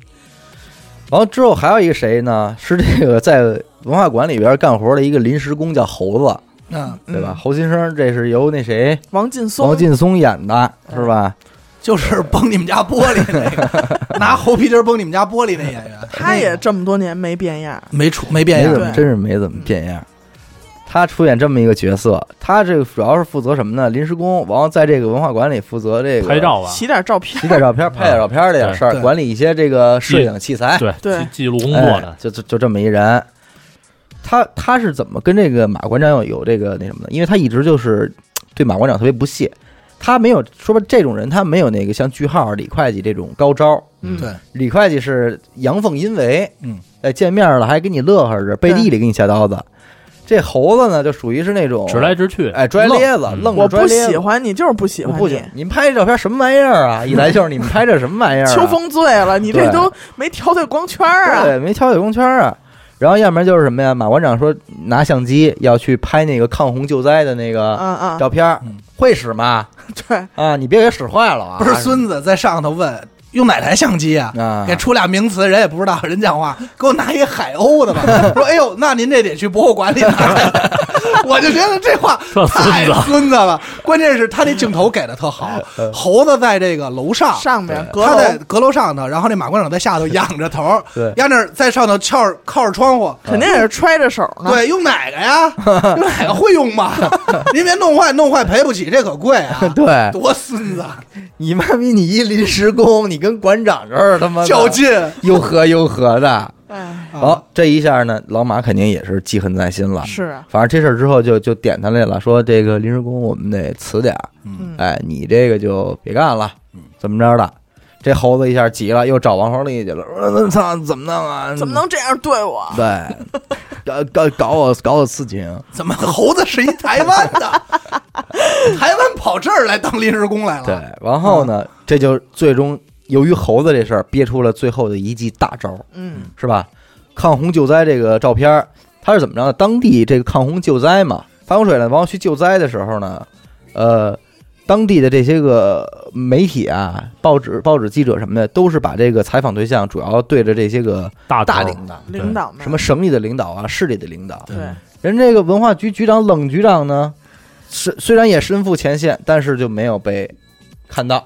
然后之后还有一个谁呢？是这个在文化馆里边干活的一个临时工，叫猴子，嗯，对吧？侯新生，这是由那谁王劲松，王劲松演的，嗯是吧？就是崩你们家玻璃那 个，拿猴皮筋儿崩你们家玻璃那演员，他也这么多年没变样儿，没出没变没样怎对么，真是没怎么变样。他出演这么一个角色，他这个主要是负责什么呢？临时工，然后在这个文化馆里负责这个拍照吧，啊洗点照片洗点照片、拍点照片这点事对儿，对管理一些这个摄影器材，对哎对记记录工作哎的，就就就这么一人。他他是怎么跟这个马馆长有有这个那什么的？因为他一直就是对马馆长特别不屑，他没有说吧，这种人他没有那个像句号、李会计这种高招。嗯，对李会计是阳奉阴违，嗯，哎，见面了还给你乐呵着，背地里给你下刀子。这猴子呢，就属于是那种直来直去，哎拽咧子，嗯愣我着拽不咧喜子。欢你，就是不喜我欢不你行，。你们拍这照片什么玩意儿啊？一来就是你们拍这什么玩意儿、啊？ 秋风醉了，你对这都没调对光圈儿啊！对，没挑起光圈啊。然后要不然就是什么呀？马馆长说拿相机要去拍那个抗洪救灾的那啊个嗯嗯，照片儿，嗯会使吗？对，啊，你别给使坏了啊！不是孙子在上头问用哪台相机啊？啊给，出俩名词，人也不知道，人讲话给我拿一海鸥的吧。说，哎呦，那您这得去博物馆里拿来。 我就觉得这话这孙太子孙子了，关键是他那镜头给的特好。猴子在这个楼上，上面阁他在楼阁楼上头，然后那马馆长在下头仰着头，对压那儿在上头翘着靠着窗户。肯定也是揣着手呢。对，用哪个呀？用哪个会用吗？ 您别弄坏，弄坏赔不起，这可贵啊！ 对多孙子，你妈逼，你一临时工，你跟馆长这儿他妈的较劲。又和又和的。哎，啊好、这一下呢，老马肯定也是记恨在心了。是啊，反正这事儿之后就就点他来了，说这个临时工我们得辞点儿，嗯哎，你这个就别干了，怎么着的？这猴子一下急了，又找王双立去了，说操，怎么弄啊？怎么能这样对我？对，搞搞搞我搞我事情？怎么猴子是一台湾的？台湾跑这儿来当临时工来了？对，然后呢，这就最终由于猴子这事儿憋出了最后的一记大招，嗯是吧？抗洪救灾这个照片儿，它是怎么着呢？当地这个抗洪救灾嘛，发洪水了，然后去救灾的时候呢，呃，当地的这些个媒体啊、报纸、报纸记者什么的，都是把这个采访对象主要对着这些个大大头领导，对领导们什么省里的领导啊、市里的领导，对，人这个文化局局长冷局长呢，是虽然也身负前线，但是就没有被看到。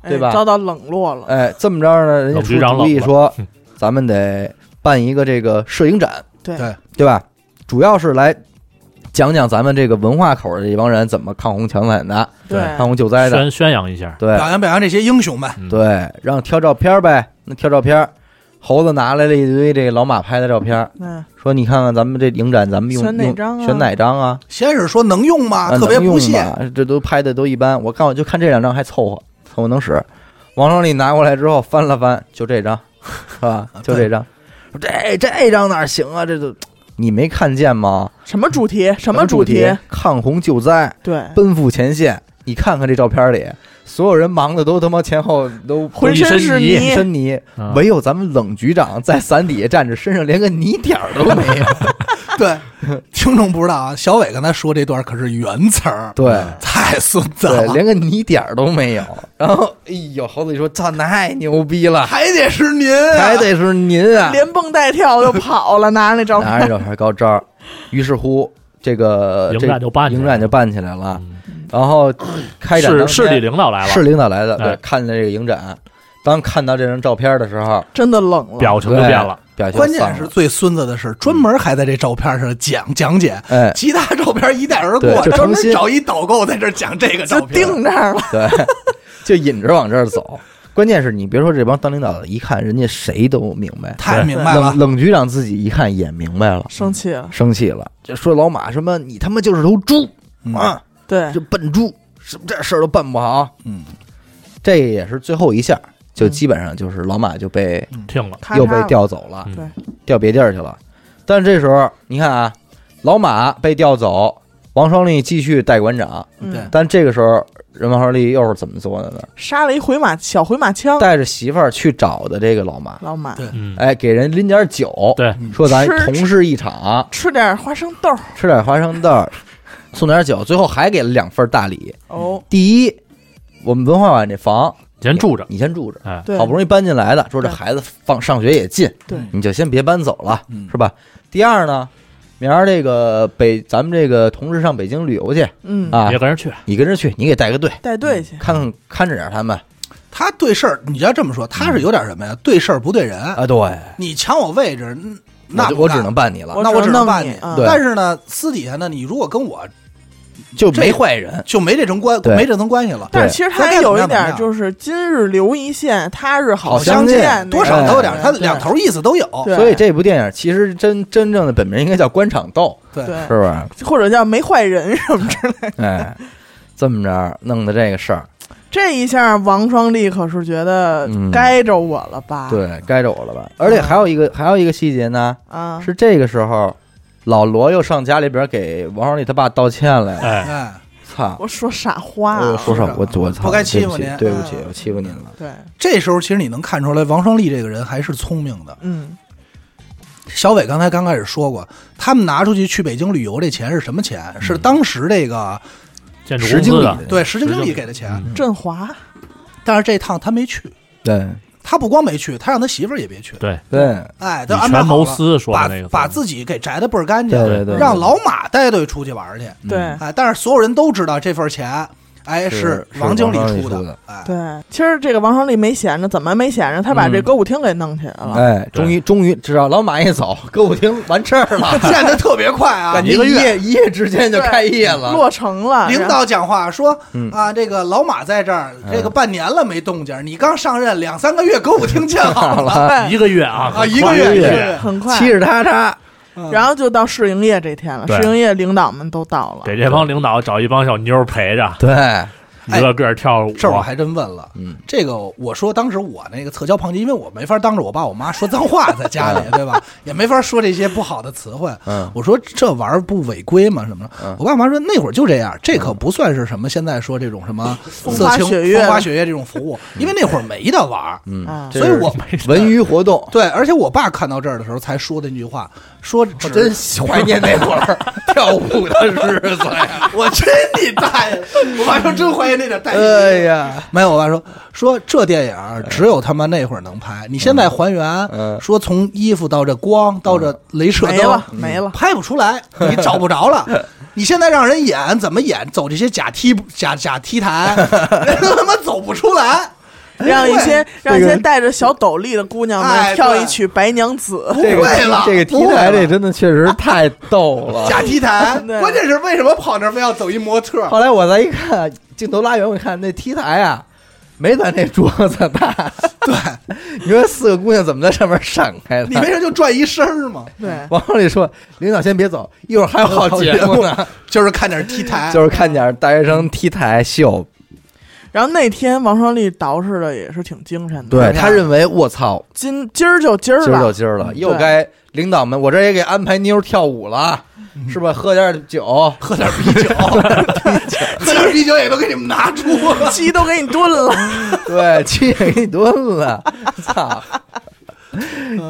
哎对吧遭到冷落了。哎，这么着呢，人家冷出局长嗯主意冷了说哼，咱们得办一个这个摄影展，对对对吧？主要是来讲讲咱们这个文化口儿的这帮人怎么抗洪抢险的、对对抗洪救灾的，宣宣扬一下，对表扬表扬这些英雄们。嗯，对，让挑照片儿呗。那挑照片儿，猴子拿来了一堆这个老马拍的照片儿，嗯，说你看看咱们这影展，咱们用选哪用张啊选哪张啊？先是说能用吗？啊特别能用不屑。吧这都拍的都一般。我看我就看这两张还凑合，凑合能使。王双立拿过来之后翻了翻，就这张，是吧？就这张，说这这张哪行啊？这都你没看见吗？什么主题？什什么主题？？哎抗洪救灾，对，奔赴前线。你看看这照片里，所有人忙的都他妈前后都浑一身身是泥一身泥，嗯唯有咱们冷局长在伞底下站着，身上连个泥点儿都没有。对，听众不知道啊，小伟刚才说这段可是原词儿，对，太孙子 对，了，连个泥点儿都没有。然后，哎呦，猴子一说，操，太牛逼了，还得是您啊，还得是您 啊！连蹦带跳就跑了，拿着那照拿着片。照片高招儿，于是乎，这个迎这战就办起来迎战就办起来了。嗯然后开展市当市天里领导来市了，领导来的，对哎，看见这个影展，当看到这张照片的时候，真的冷了，表情就对哦变了，，表情关丧键了是最孙子的是，专门还在这照片上讲讲解，哎，其他照片一带而对过，就专诚心门找一导购在这儿讲这个就照片，定这儿了。对， 就引着往这儿走。关键是你别说这帮当领导的，一看人家谁都明白，太明白了冷，冷局长自己一看也明白了，生气了，生气了，就说老马什么你他妈就是头猪嗯啊！对就，笨猪，什么这事儿都办不好。啊嗯，这也是最后一下，就嗯基本上就是老马就被听了，咔嚓又被了，调走了，嗯调别地儿去了。但这时候你看啊，老马被调走，王双立继续带馆长。嗯对但这个时候，人王双立又是哎怎么做的呢？杀了一回马小回马枪，带着媳妇儿去找的这个老马，老马对嗯，哎，给人拎点酒，对，说咱吃同事一场，吃点花生豆儿吃点花生豆儿，送点酒，最后还给了两份大礼。哦，第一，我们文化馆这房先住着，你先住着。哎，对，好不容易搬进来的，说这对孩子放上学也近，对你就先别搬走了，嗯是吧？第二呢，明儿这个北咱们这个同事上北京旅游去嗯，啊别，跟人去，你跟着去，你给带个队，带队去，看看看着点他们他嗯对事儿，你要这么说，他是有点什么呀？对事儿不对人，啊。对，你抢我位置，嗯那啊我就不我干只能办你了，我那只只能能弄办你啊对但是呢，私底下呢，你如果跟我就没坏人，就没这层关，对没这层关系了，对但是其实他咱该也怎有么一样怎么点样就是今日留一线，他日好相见见那种，多少都有哎点儿，他对两头意思都有。对所以这部电影其实真真正的本名应该叫官场斗，对对是不 是？或者叫没坏人什么之类的。哎，这么着弄的这个事儿，这一下，王双立可是觉得嗯该着我了吧？对该着我了吧？而且还有一个还有一个细节呢，啊，是这个时候老罗又上家里边给王双立他爸道歉来了，哎，哎，操！我说傻话我了，说什么？我我操！不该欺对负不起您对不起嗯，我欺负您了。对，这时候其实你能看出来，王双立这个人还是聪明的。嗯小伟刚才刚开始说过，他们拿出去去北京旅游这钱是什么钱？嗯是当时这个建筑石公经司理的，的对石经石经理理给的钱。嗯振华，但是这趟他没去，对他不光没去，他让他媳妇儿也别去。对，对哎，都以安排好权谋了，私说把的那个，把自己给摘的倍儿干净，对对对，让老马带队出去玩儿去。嗯对哎，但是所有人都知道这份钱，哎，是王是经理王经理出出的哎， 对，其实这个王双立没闲着，怎么没闲着？他把这啊嗯歌舞厅给弄起来了。哎，终于终于，只要老马一走，歌舞厅完事儿了，建的特别快啊，感觉一个一月。夜一夜之间就对开业了。落成了，领导讲话说嗯啊，这个老马在这儿，这个嗯半年了没动静儿，你刚上任两三个月，歌舞厅建 好了然后一个月啊啊，很一快个月一一个个月对，很快，嘁哧喳喳，嗯然后就到试营业这天了，对试营业领导们都到了，给这帮领导找一帮小妞儿陪着，对，哎一个个跳舞，啊这我还真问了，嗯，这个我说当时我那个侧交旁击，因为我没法当着我爸我妈说脏话在家里，对吧？也没法说这些不好的词汇。嗯我说这玩意儿不违规吗？什么嗯的？我爸妈说那会儿就这样，这可不算是什么现在说这种什么风色花情雪月风花雪月这种服务，因为那会儿没得玩儿。嗯啊，这所以是我文娱活动， 对，而且我爸看到这儿的时候才说的那句话，说我只 真怀念那会儿跳舞的日子呀！ 我真你大爷！我爸说真怀念那点带劲。哎呀，没有，我爸说说这电影儿只有他妈那会儿能拍，你现在还原，嗯说从衣服到这光到这镭射没灯了，没嗯了，拍不出来，你找不着了。你现在让人演怎么演？走这些假梯假假梯台，人都他妈走不出来。让一些让一这些个带着小斗笠的姑娘哎对们跳一曲《白娘子不》，这个会了这个不题材会了这真的确实太逗了。 假梯台，对关键是为什么跑那儿非要走一模 特儿？后来我再一看，镜头拉远，我一看那 T 台啊，没咱这桌子 大。对， 你说四个姑娘怎么在上面闪开你的？没事就转一身儿吗？对，王经理说：“领导先别走，一会儿还有好节目 呢，就是看点梯台，就是看点大学生 T 台秀。然后那天王双立捯饬的也是挺精神的，对他认为我操，今今儿就今儿今儿就了，今儿了，嗯又该领导们，我这也给安排妞儿跳舞了，嗯是吧？喝点酒，喝点啤酒， 喝点啤酒也都给你们拿出 了。鸡都给你 炖了，对，鸡也给你炖了，操，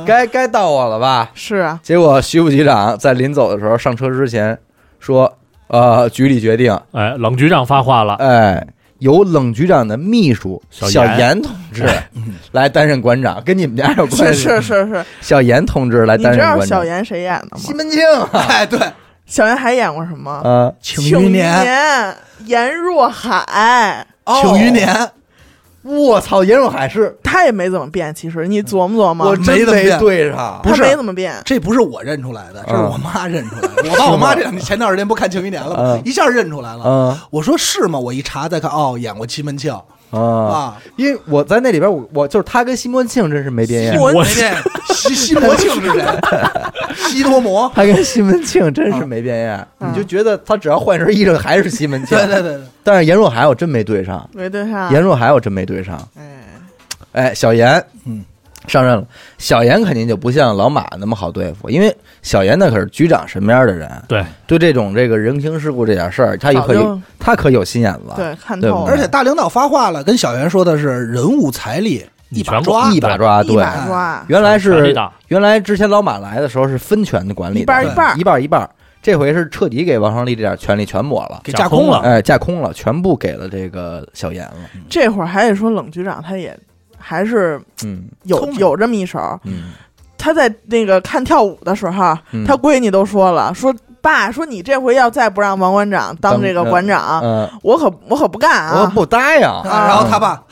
该该到我了吧？是啊，结果徐副局长在临走的时候，上车之前说，呃，局里决定，哎，冷局长发话了，哎。由冷局长的秘书小小严严同志哎来担任馆长，跟你们家有关是系？是是是，小严同志来你担知任道馆小长。严谁演的西吗？门庆哎，对，小严还演过什么？啊，庆余，年，颜若海，庆余年，我操，严若海是他也没怎么变，其实你琢磨琢磨，我真没得没变对上，不是他没怎么变，这不是我认出来的，这是嗯我妈认出来的。我爸我妈这两天前段时间不看《庆余年》了吗嗯？一下认出来了。嗯我说是吗？我一查再看，哦，演过《西门庆》啊，啊，因为我在那里边，我我就是他跟西门庆真是没边西缘，门哎我我这 西西魔庆是谁？西多摩。 他跟西门庆真啊是没边缘，嗯你就觉得他只要换身衣裳还是西门庆 对。对对对，但是严若海我真没对上，没对上，严若海我真没对上。哎，哎，小严，嗯，上任了，小严肯定就不像老马那么好对付，因为小严那可是局长身边的人，对，对这种这个人情世故这点事儿，他也可早有就他可有心眼子，对，看啊对透吧了而。哎且大领导发话了，跟小袁说的是人物财力一你把全抓，一把抓，一啊对，把抓，原来全力是打原来之前老马来的时候是分权的管理的，一半儿儿一一半半一半儿一半儿，这回是彻底给王双立这点权利全抹了，给架空啊架空了了。哎，架空了，全部给了这个小严了。这会儿还得说冷局长，他也还是嗯有聪明有这么一手儿。嗯他在那个看跳舞的时候，嗯他闺女都说了，说爸说你这回要再不让王馆长当这个当馆长，嗯，我可我可不干我啊！不答应。 啊然后他爸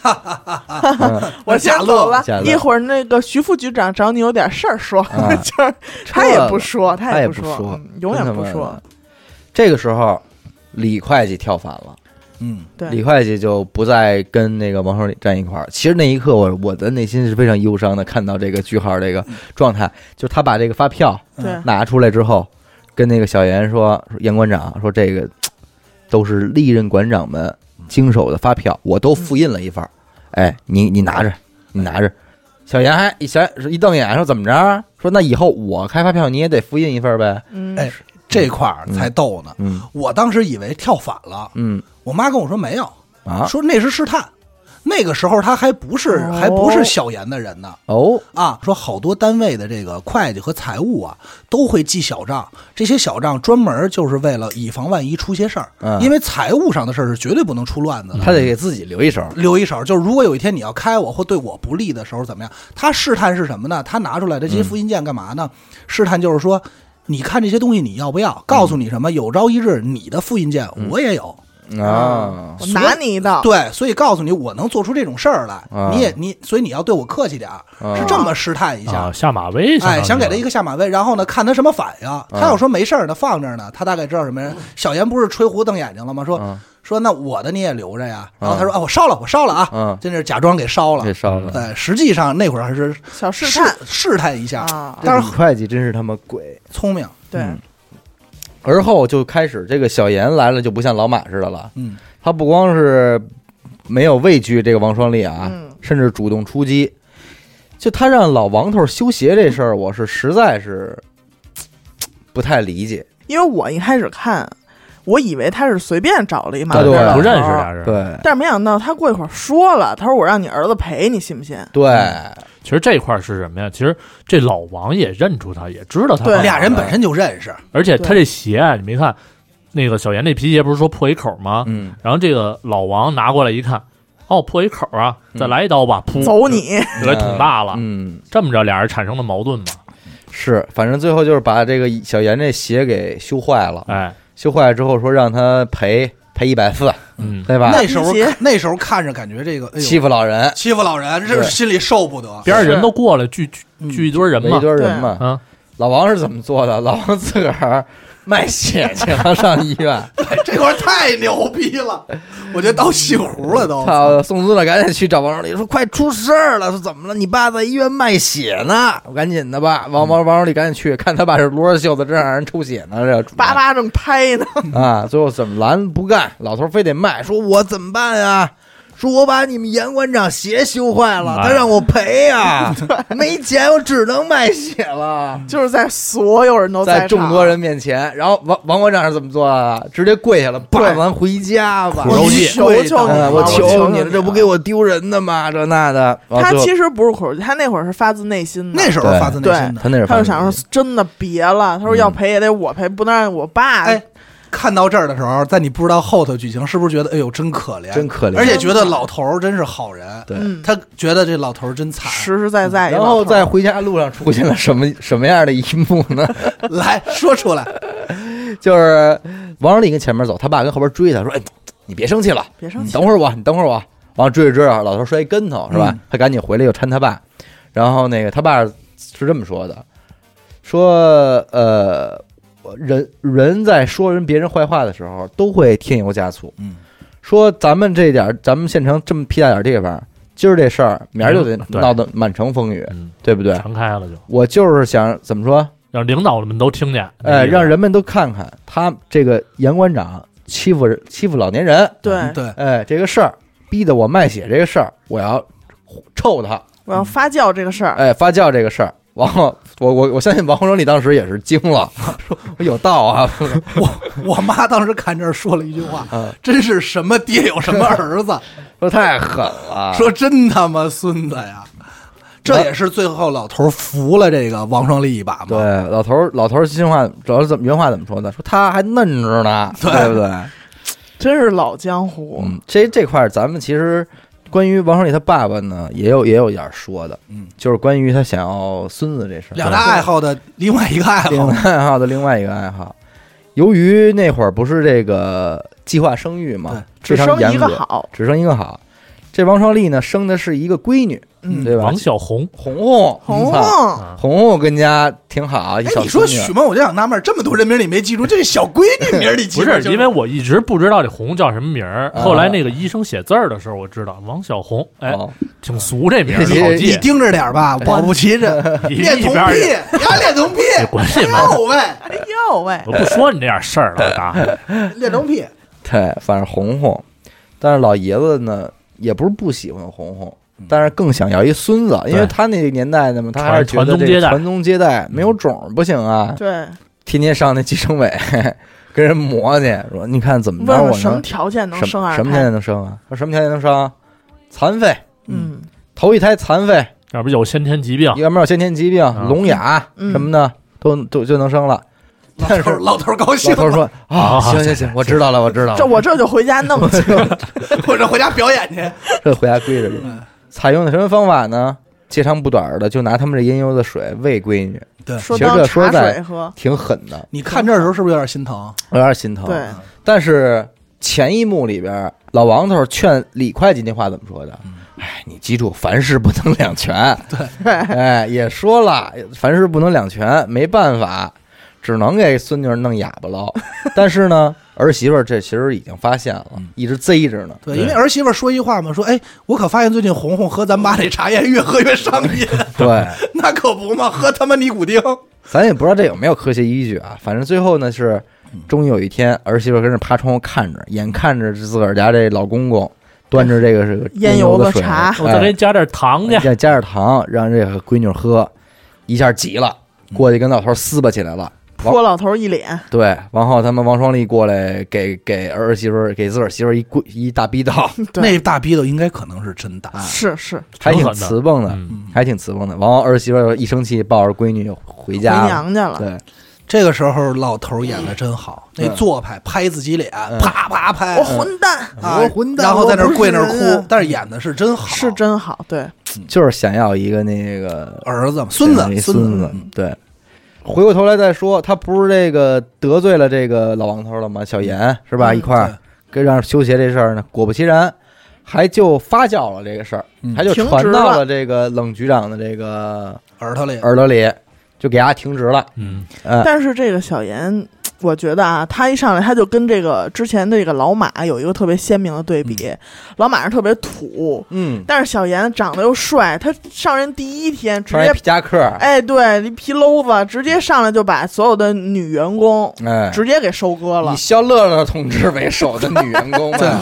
嗯我先假乐走了假乐，一会儿那个徐副局长找你有点事儿说，啊 就是 他也不说，他也不不说，说嗯永远真他不妈说的。这个时候，李会计跳反了，嗯对，李会计就不再跟那个王守礼站一块儿。其实那一刻我，我的内心是非常忧伤的，看到这个句号这个状态，就是他把这个发票对拿出来之后，跟那个小严说：“说严馆长说这个都是历任馆长们经手的发票，我都复印了一份儿。哎，你你拿着，你拿着。”小严还一小严一瞪眼说：“怎么着？说那以后我开发票你也得复印一份儿呗嗯，哎这块儿才逗呢？”。嗯我当时以为跳反了，嗯我妈跟我说没有，啊说那是试探。那个时候他还不是哦还不是小严的人呢哦啊！说好多单位的这个会计和财务啊，都会记小账，这些小账专门就是为了以防万一出些事儿，嗯因为财务上的事儿是绝对不能出乱子的。他得给自己留一手。留一手，就是如果有一天你要开我或对我不利的时候，怎么样？他试探是什么呢？他拿出来的这些复印件干嘛呢？嗯试探就是说，你看这些东西你要不要？告诉你什么？有朝一日你的复印件嗯我也有，啊我拿你一道，对，所以告诉你我能做出这种事儿来，啊你也你，所以你要对我客气点儿，啊是这么试探一下。啊，下马威，哎，想给他一个个下马威，然后呢，看他什么反应。啊他要说没事儿呢，放这儿呢，他大概知道什么嗯人。小严不是吹胡瞪眼睛了吗？说、啊说那我的你也留着呀。然后啊他说啊，我烧了，我烧了啊，啊嗯在那儿假装给烧了给。烧了。对，哎实际上那会儿还是小试试探试探一下，啊，但但是是会计真是他妈鬼。聪明。对嗯而后就开始这个小严来了，就不像老马似的了。嗯，他不光是没有畏惧这个王双立啊，嗯甚至主动出击。就他让老王头修鞋这事儿，我是实在是不太理解。因为我一开始看，我以为他是随便找了一马对路对人不认识俩人。，对啊但是没想到他过一会儿说了，他说我让你儿子陪你，信不信？对，其实这块儿是什么呀？其实这老王也认出他，也知道他嗯对干嘛俩人本身就认啊识，而且他这鞋啊，你没看那个小严那皮鞋不是说破一口吗？嗯，然后这个老王拿过来一看，哦，破一口啊，再来一刀吧，噗，走你！就给捅大了。嗯，这么着，俩人产生了矛盾嘛？是，反正最后就是把这个小严这鞋给修坏了，哎，修坏了之后说让他赔赔一百四，嗯，对吧？那时候皮鞋那时候看着感觉这个啊哎呦欺负老人，欺负老人，这对是心里受 不得。边上人都过来聚聚嗯聚一堆人围嘛一，堆人嘛。嗯，老王是怎么做的？老王自个儿卖血去了，上医院。这块儿太牛逼 了，我觉得到西湖了都。操！宋尊了，赶紧去找王守礼，说快出事儿了，说怎么了？你爸在医院卖血呢，我赶紧的吧。王王王守礼赶紧去看他爸是罗着袖子，正让人抽血呢，这主叭叭正拍呢，啊！最后怎么拦不干？老头非得卖，说我怎么办啊？说我把你们严馆长鞋修坏了，他哎让我赔呀、没钱我只能卖血了。就是在所有人都在哦在众场多人面前，然后王王馆长是怎么做的？直接跪下了，爸，对咱回家吧。苦肉计求求你嗯了，我求求你你了，这不给我丢人的吗？这那的，他其实不是口气，他那会儿是发自内心的。那时候发自内心的，他那是他就想说，真的别了。他说嗯要赔也得我赔，不能让我爸。哎，看到这儿的时候，在你不知道后头剧情，是不是觉得哎呦真可怜，真可怜而且觉得老头儿真是好人，对。嗯，他觉得这老头儿真惨。实实在在嗯一然老头儿。后在回家路上出现了什么什么样的一幕呢？ 来说出来，就是王守礼跟前面走，他爸跟后边追他，说：“哎，你别生气了，别生你气，等会儿我，你等会儿我。”完了追着追着，老头摔一跟头是吧？嗯他赶紧回来又搀他爸，然后那个他爸是这么说的，说呃，人人在说人别人坏话的时候，都会添油加醋。嗯，说咱们这点儿，咱们县城这么屁大点儿地方，今儿这事儿，明儿就得嗯对闹得满城风雨，嗯，对不对？传开了就我就是想怎么说，让领导们都听见，哎，让人们都看看他这个严馆长欺负人欺负老年人，嗯对，嗯对， 哎，这个事儿逼得我卖血这个事儿，我要臭他，我要发酵这个啊事儿。哎，发酵这个事儿。王后，我我我相信王洪生，你当时也是惊 了，说有道啊， 我妈当时看这儿说了一句话嗯， 真是什么爹有什么儿 子，说太狠了，说真他妈孙子呀！这也是最后老头儿服了这个王双立一把嘛。对，老头儿老头儿新话主要是怎么原话怎么说的？说他还嫩着呢， 对不对？真是老江湖。嗯，这这块儿咱们其实关于王胜利他爸爸呢，也有也有一点儿说的，嗯，就是关于他想要孙子这事儿，两大爱好的另外一个爱另好外，爱好的另外一个爱好，由于那会儿不是这个计划生育嘛，只非常生一严个格，好，只生一个好。这王双立呢，生的是一个闺女，嗯，对吧王？小红红红，红操红，啊，红红跟家挺好，一哎小，你说淑女许梦，我就想纳闷儿，这么多人名你没记住，这小闺女名儿你记不住是就因为我一直不知道这红叫什么名儿，啊后来那个医生写字儿的时候我知道王小红，哎，哦挺俗这名儿，你好你记，盯着点儿吧，保不齐这你恋一童边儿癖，他恋 童癖，你管你妈，臭 呗，哎呦喂，嗯我不说你这点事儿了，大汉恋童癖，对，反正红红，但是老爷子呢，也不是不喜欢红红，嗯但是更想要一孙子，因为对他那个年代呢嘛，他还是觉传得传宗这接个代嗯传宗接代没有种儿不行啊，对，天天上那计生委 跟人磨去，说你看怎么问着我问能什什么么条件能生二什么条胎？件能生啊？说什么条件能生啊？残废，嗯头一胎残废，要不有先天疾病，要不然有先天疾病、聋哑嗯什么的，都都就能生了。老但头儿是老头儿高兴老，头说啊，啊行行行，我知道了，我知道了，这我这就回家弄 去。我这回家表演去，这回家跪着去嗯。采用的什么方法呢？截长补短儿的，就拿他们这阴油的水喂闺女，对说其实当这说茶在水喝，挺狠的，你看这儿的时候是不是有点心疼？我有点心疼。对，但是前一幕里边，老王头劝李会计那话怎么说的？哎，你记住，凡事不能两全。对，哎，也说了，凡事不能两全，没办法，只能给孙女儿弄哑巴喽。但是呢，儿媳妇儿这其实已经发现了，一直贼着呢。对，对因为儿媳妇儿说一话嘛，说哎，我可发现最近红红喝咱妈那茶叶越喝越上 瘾，对，那可不嘛，喝他妈尼古丁，咱也不知道这有没有科学依据啊。反正最后呢是，终于有一天，儿媳妇跟着趴窗户看着，眼看着自个儿家这老公公端着这个是个烟油油子水茶哎我再给你加点糖去，再加点糖，让这个闺女喝，一下急了，过去跟老头撕巴起来了。泼老头一脸，对，王后他们王双立过来给给儿媳妇儿给自个儿媳妇儿一跪一大逼道，对，啊那大逼斗应该可能是真打，是是还挺狠的慈蹦的，嗯，还挺慈蹦的。王后儿媳妇儿一生气，抱着闺女回回家了。娘家了，对，这个时候老头儿演的真好，那做派拍自己脸，啪啪拍我，嗯哦混蛋啊嗯我混蛋然后在那儿跪那儿我不是人哭啊，但是演的是真好，是真好，对，就是想要一个那个儿子嘛孙一子孙子嗯子，，对。回过头来再说，他不是这个得罪了这个老王头了吗？小严是吧？嗯一块儿跟让修鞋这事儿呢，果不其然，还就发酵了这个事儿，嗯还就停职传到了了这个冷局长的这个耳朵里嗯耳朵里，就给他停职了。嗯，嗯，但是这个小严，我觉得啊，他一上来他就跟这个之前这个老马有一个特别鲜明的对比，老马是特别土，嗯，但是小严长得又帅，他上任第一天直穿一接皮，夹克，哎，对，一皮篓子直接上来就把所有的女员工哎，直接给收割了以，肖乐乐同志为首的女员工啊对们，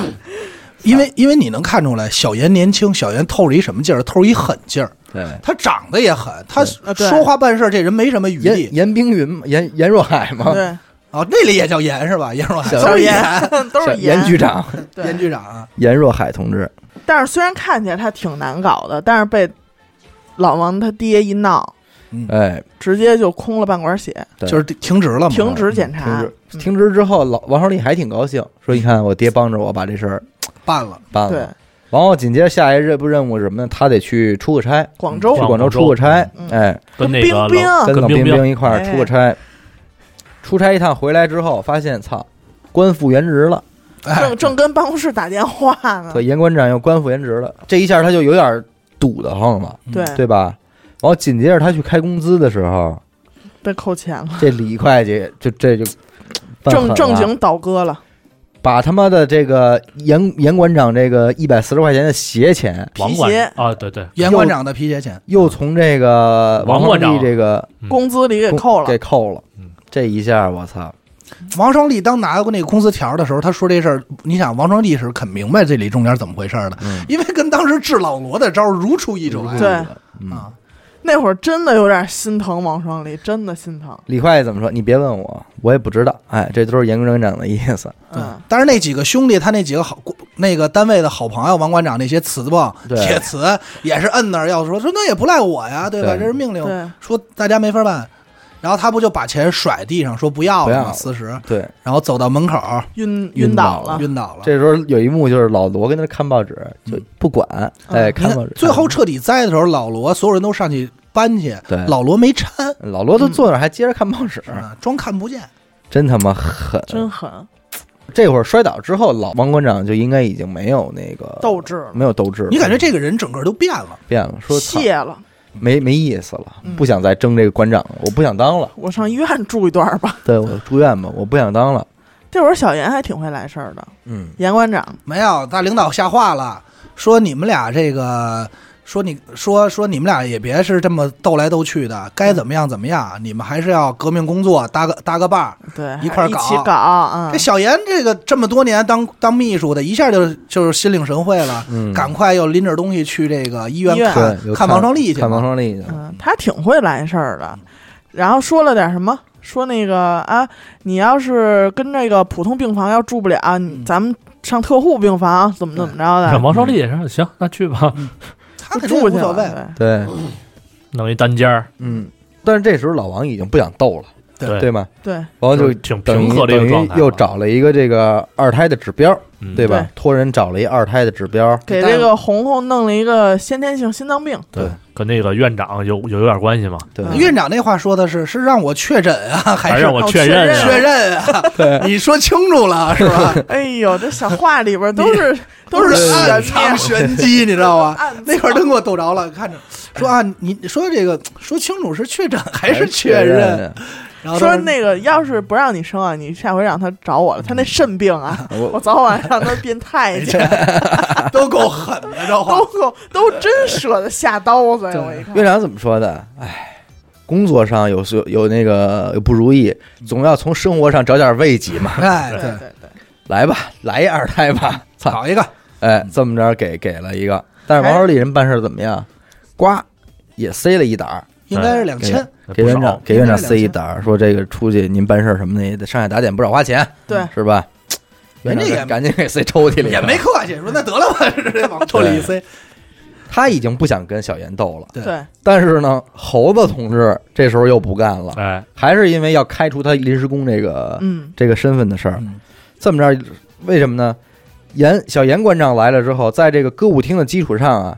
因为因为你能看出来，小严年轻，小严透着一什么劲儿？透着一狠劲儿。对，他长得也狠，他啊对说话办事儿，这人没什么余地严严冰云嘛，严严若海嘛，对，啊。那里也叫严是吧？严若海，小都是严， 都是小严局长，对严局长啊。严若海同志，但是虽然看起来他挺难搞的，但是被老王他爹一闹，哎，直接就空了半管血，对就是停职了嘛，停职检嗯停查嗯职，停职之后，老王少立还挺高兴，说：“你看，我爹帮着我把这事儿办了。办嗯对了。”然后紧接着下一任务任务是什么呢？他得去出个差，广去州广州出个差，哦嗯哎哎，跟那个冰冰老跟冷跟冰冰一块儿出个差。出差一趟回来之后，发现操，官复原职了，哎正，正跟办公室打电话呢所，以严馆长又官复原职了。这一下他就有点堵得慌了，对，嗯对吧？然后紧接着他去开工资的时候，被扣钱了，这李会计就这就犯狠正了正经倒戈了，把他妈的这个严严馆长这个一百四十块钱的鞋钱，王皮鞋管啊，对对，严馆长的皮鞋钱，又从这个嗯王鹤馆长棣这个嗯工资里给扣了给，扣了嗯。这一下我操，王双立当拿过那个工资条的时候，他说这事儿，你想王双立是肯明白这里中间怎么回事儿的，嗯因为跟当时治老罗的招儿如出一辙呀。对，嗯，啊，那会儿真的有点心疼王双立，真的心疼，李会计怎么说？你别问我，我也不知道。哎，这都是严馆长的意思。嗯，但是那几个兄弟，他那几个好那个单位的好朋友，王馆长那些词吧，对铁词也是摁那儿要说说那也不赖我呀，对吧？对这是命令，对，说大家没法办。然后他不就把钱甩地上，说不要不要了了嘛，四十。对，然后走到门口，晕晕倒倒了啊晕倒了。这时候有一幕就是老罗跟他看报纸，就嗯不管，哎，嗯你看嗯报看纸。最后彻底栽的时候，老罗所有人都上去搬去，对老罗没掺，啊啊老罗都坐那儿还接着看报纸，是吧装看不见。真他妈狠！真呃狠，这会儿摔倒之后，老王馆长就应该已经没有那个斗志了，没有斗志了，你感觉这个人整个都变了，变了，说操谢了，没没意思了，嗯不想再争这个馆长了，我不想当了，我上医院住一段儿吧。 对我住院吧，我不想当了。这会儿小严还挺会来事儿的，嗯，严馆长没有大领导吓话了，说你们俩这个。说你说说你们俩也别是这么斗来斗去的，该怎么样怎么样，你们还是要革命工作，搭个搭个伴儿。对一块儿一搞起搞啊这，小严这个这么多年当当秘书的，一下就就是心领神会了，嗯赶快又拎着东西去这个医院医院看对有看王双立去嘛。看王双立去，嗯，他挺会来事儿的，然后说了点什么。说那个啊，你要是跟这个普通病房要住不了，你嗯咱们上特护病房，怎么怎么着让的，王嗯双立也说行，那去吧，他肯定住无去所谓，了。对，弄一单间儿，嗯，但是这时候老王已经不想斗了，对对吗？对对，王就挺等于平和的一等个状于态吧，又找了一个这个二胎的指标，嗯对吧对？托人找了一二胎的指标，给但这个红红弄了一个先天性心脏病，对对，跟那个院长有有有点关系嘛，对，嗯院长那话说的是是让我确诊啊，还还是让我哦确认确确啊，认啊？你说清楚了是吧？哎呦，这小话里边 都 是都是暗是藏悬玄机，你知道吗？念，那会儿真给我逗着了，看着说啊，你你说这个说清楚是确诊 还是确确认？然后他说那个要是不让你生啊，你下回让他找我了，他那肾病啊，我嗯我早晚让他变太监， 都够狠的，这话都 够都真舍得下刀子呀！我一看院，长怎么说的？哎，工作上有有有那个有不如意，总要从生活上找点慰藉嘛。哎对 对，对对，来吧，来一二胎吧，操！搞一个哎，这么着给给了一个，但是王小利人办事怎么样？呱，也塞了一沓儿，应该是两千，给不院长少，给院长塞一沓儿，说这个出去您办事儿什么的也得上下打点，不少花钱，对，是吧？人院家长也就赶紧给塞抽屉里了，也没客气，说那得了吧， 直接往抽里一塞。他已经不想跟小严斗了，对对但是呢，猴子同志这时候又不干了，哎，还是因为要开除他临时工这个嗯，这个身份的事儿。嗯这么着，为什么呢？严小严馆长来了之后，在这个歌舞厅的基础上啊，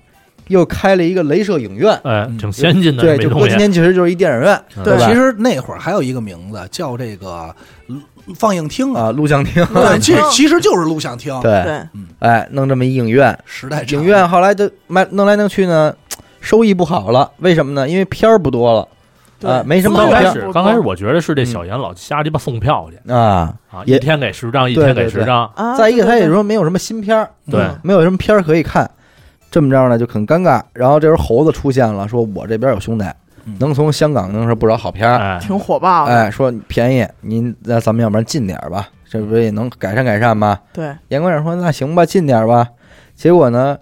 又开了一个镭射影院。哎，嗯挺先进的对，美就容郭今院，天其实就是一电影院对吧其实那会儿还有一个名字叫这个嗯放映厅啊，啊，录像厅。录 像对，厅其其实就是录像厅。对，对哎，弄这么一影院，时代长影院后来就卖弄来弄去呢，收益不好了。为什么呢？因为片儿不多了啊呃对，没什么刚照开片始，刚开始我觉得是这小严老瞎鸡巴送票去啊。啊，嗯也一天给十张，一对天对嗯给十张，啊，再一个，他也对说没有什么新片儿，对对没有什么片儿可以看，这么着呢就很尴尬。然后这时候猴子出现了，说我这边有兄弟嗯，能从香港弄上不少好片儿，哎，挺火爆的，哎，说便宜，您那咱们要不然近点儿吧，这不也能改善改善吗？对严馆长说那行吧，近点儿吧。结果呢，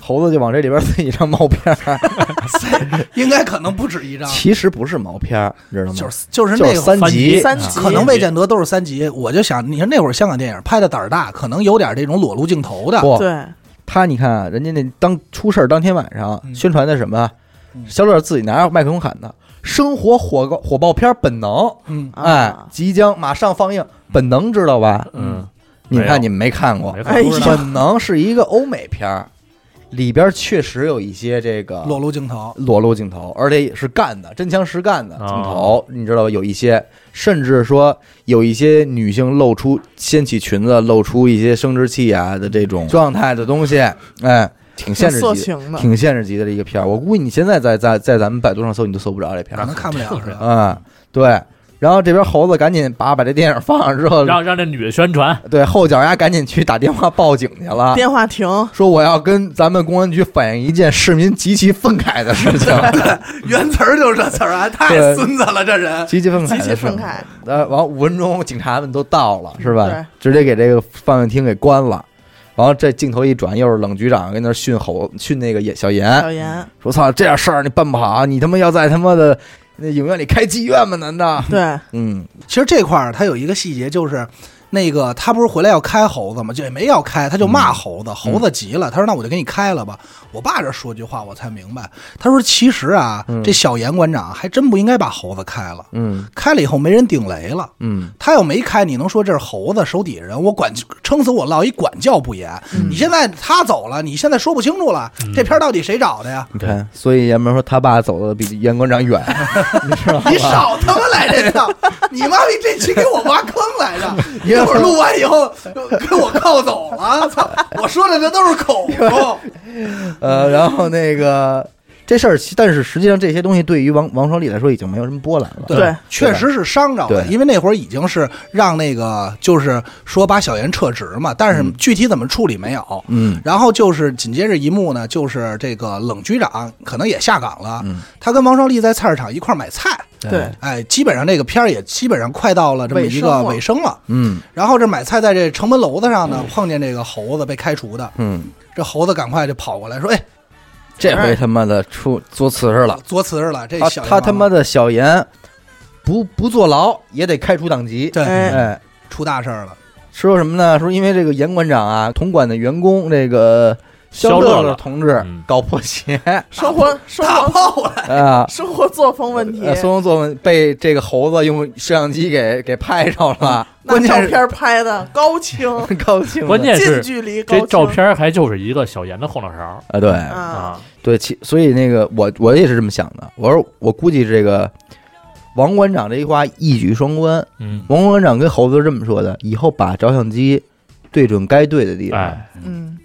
猴子就往这里边自己上毛片儿， 应该可能不止一张，其实不是毛片儿，你知道就吗？是就是就那是个。三三级，三级可能未见得都是三级，我就想，你说那会儿香港电影拍的胆儿大，可能有点这种裸露镜头的，不，对他你看啊，人家那当出事儿当天晚上嗯宣传的什么啊嗯，小乐自己拿着麦克风喊的“生活火爆火爆片儿本能”，嗯，哎啊，，即将马上放映，本能知道吧？嗯，你没有看你们没看过没，哎法不知道呀本能是一个欧美片儿，里边确实有一些这个裸露镜头，裸露镜头，而且是干的，真枪实干的哦镜头，你知道吧？有一些，甚至说有一些女性露出掀起裙子，露出一些生殖器啊的这种状态的东西，哎，挺限挺制色级的，情的，挺限制级的一个片儿。我估计你现在在在在咱们百度上搜，你都搜不着这片可儿能看不了是吧？啊、对。然后这边猴子赶紧把把这电影放上之后，让让这女的宣传，对后脚丫赶紧去打电话报警去了，电话亭说我要跟咱们公安局反映一件市民极其愤慨的事 情， 原词儿就是这词儿啊，太对孙子了，这人。极其愤极慨其的事愤情。慨，呃，完五分钟，警察们都到了，是吧对？直接给这个放映厅给关了。然后这镜头一转，又是冷局长跟那儿训吼训那个严小严，小严说：“操，这点事儿你办不好，你他妈要在他妈的 那影院里开妓院吗？难道对？”嗯，其实这块儿它有一个细节，就是那个他不是回来要开猴子吗？就也没要开，他就骂嗯猴子。猴子急了，他说：“那我就给你开了吧。”我爸这说句话，我才明白。他说：“其实啊，这小严馆长还真不应该把猴子开了，嗯开了以后没人顶雷了。嗯，他要没开，你能说这是猴子手底下人？我管撑死我落一管教不严。你现在他走了，你现在说不清楚了，这片儿到底谁找的呀？你看，所以严明说他爸走的比严馆长远，你知道吗？你少他妈来这套！ 你妈逼这期给我挖坑来着！一一会会儿儿录完以后给我扣走了， 操！我说的这都是口供。呃，然后那个这事儿其，但是实际上这些东西对于王王双立来说已经没有什么波澜了。对确实是伤着了，对因为那会儿已经是让那个就是说把小严撤职嘛，但是具体怎么处理没有。嗯然后就是紧接着一幕呢，就是这个冷局长可能也下岗了，嗯他跟王双立在菜市场一块儿买菜，对，哎，基本上这个片儿也基本上快到了这么一个尾尾声了。嗯然后这买菜在这城门楼子上呢，碰见这个猴子被开除的，嗯，这猴子赶快就跑过来说：“哎，这回他妈的出作瓷实了，作词了，这他小他他妈的的小严不不坐牢也得开除党籍。对哎哎，出大事儿了。说什么呢？说因为这个严馆长啊，同管的员工这个肖肖乐乐了同志嗯搞破 鞋生活生大活炮来，啊。生活作风问题，呃，松松作文被这个猴子用摄像机给给拍着了，那关照键是片拍的高清，哦高兴了，关键近是距离高这清照片还就是一个小严的后脑勺啊，对啊啊，对，其所以那个我我也是这么想的，我说我估计这个王馆长这句话一举双关，嗯，王馆长跟猴子是这么说的，以后把照相机对准该对的地方，哎，嗯，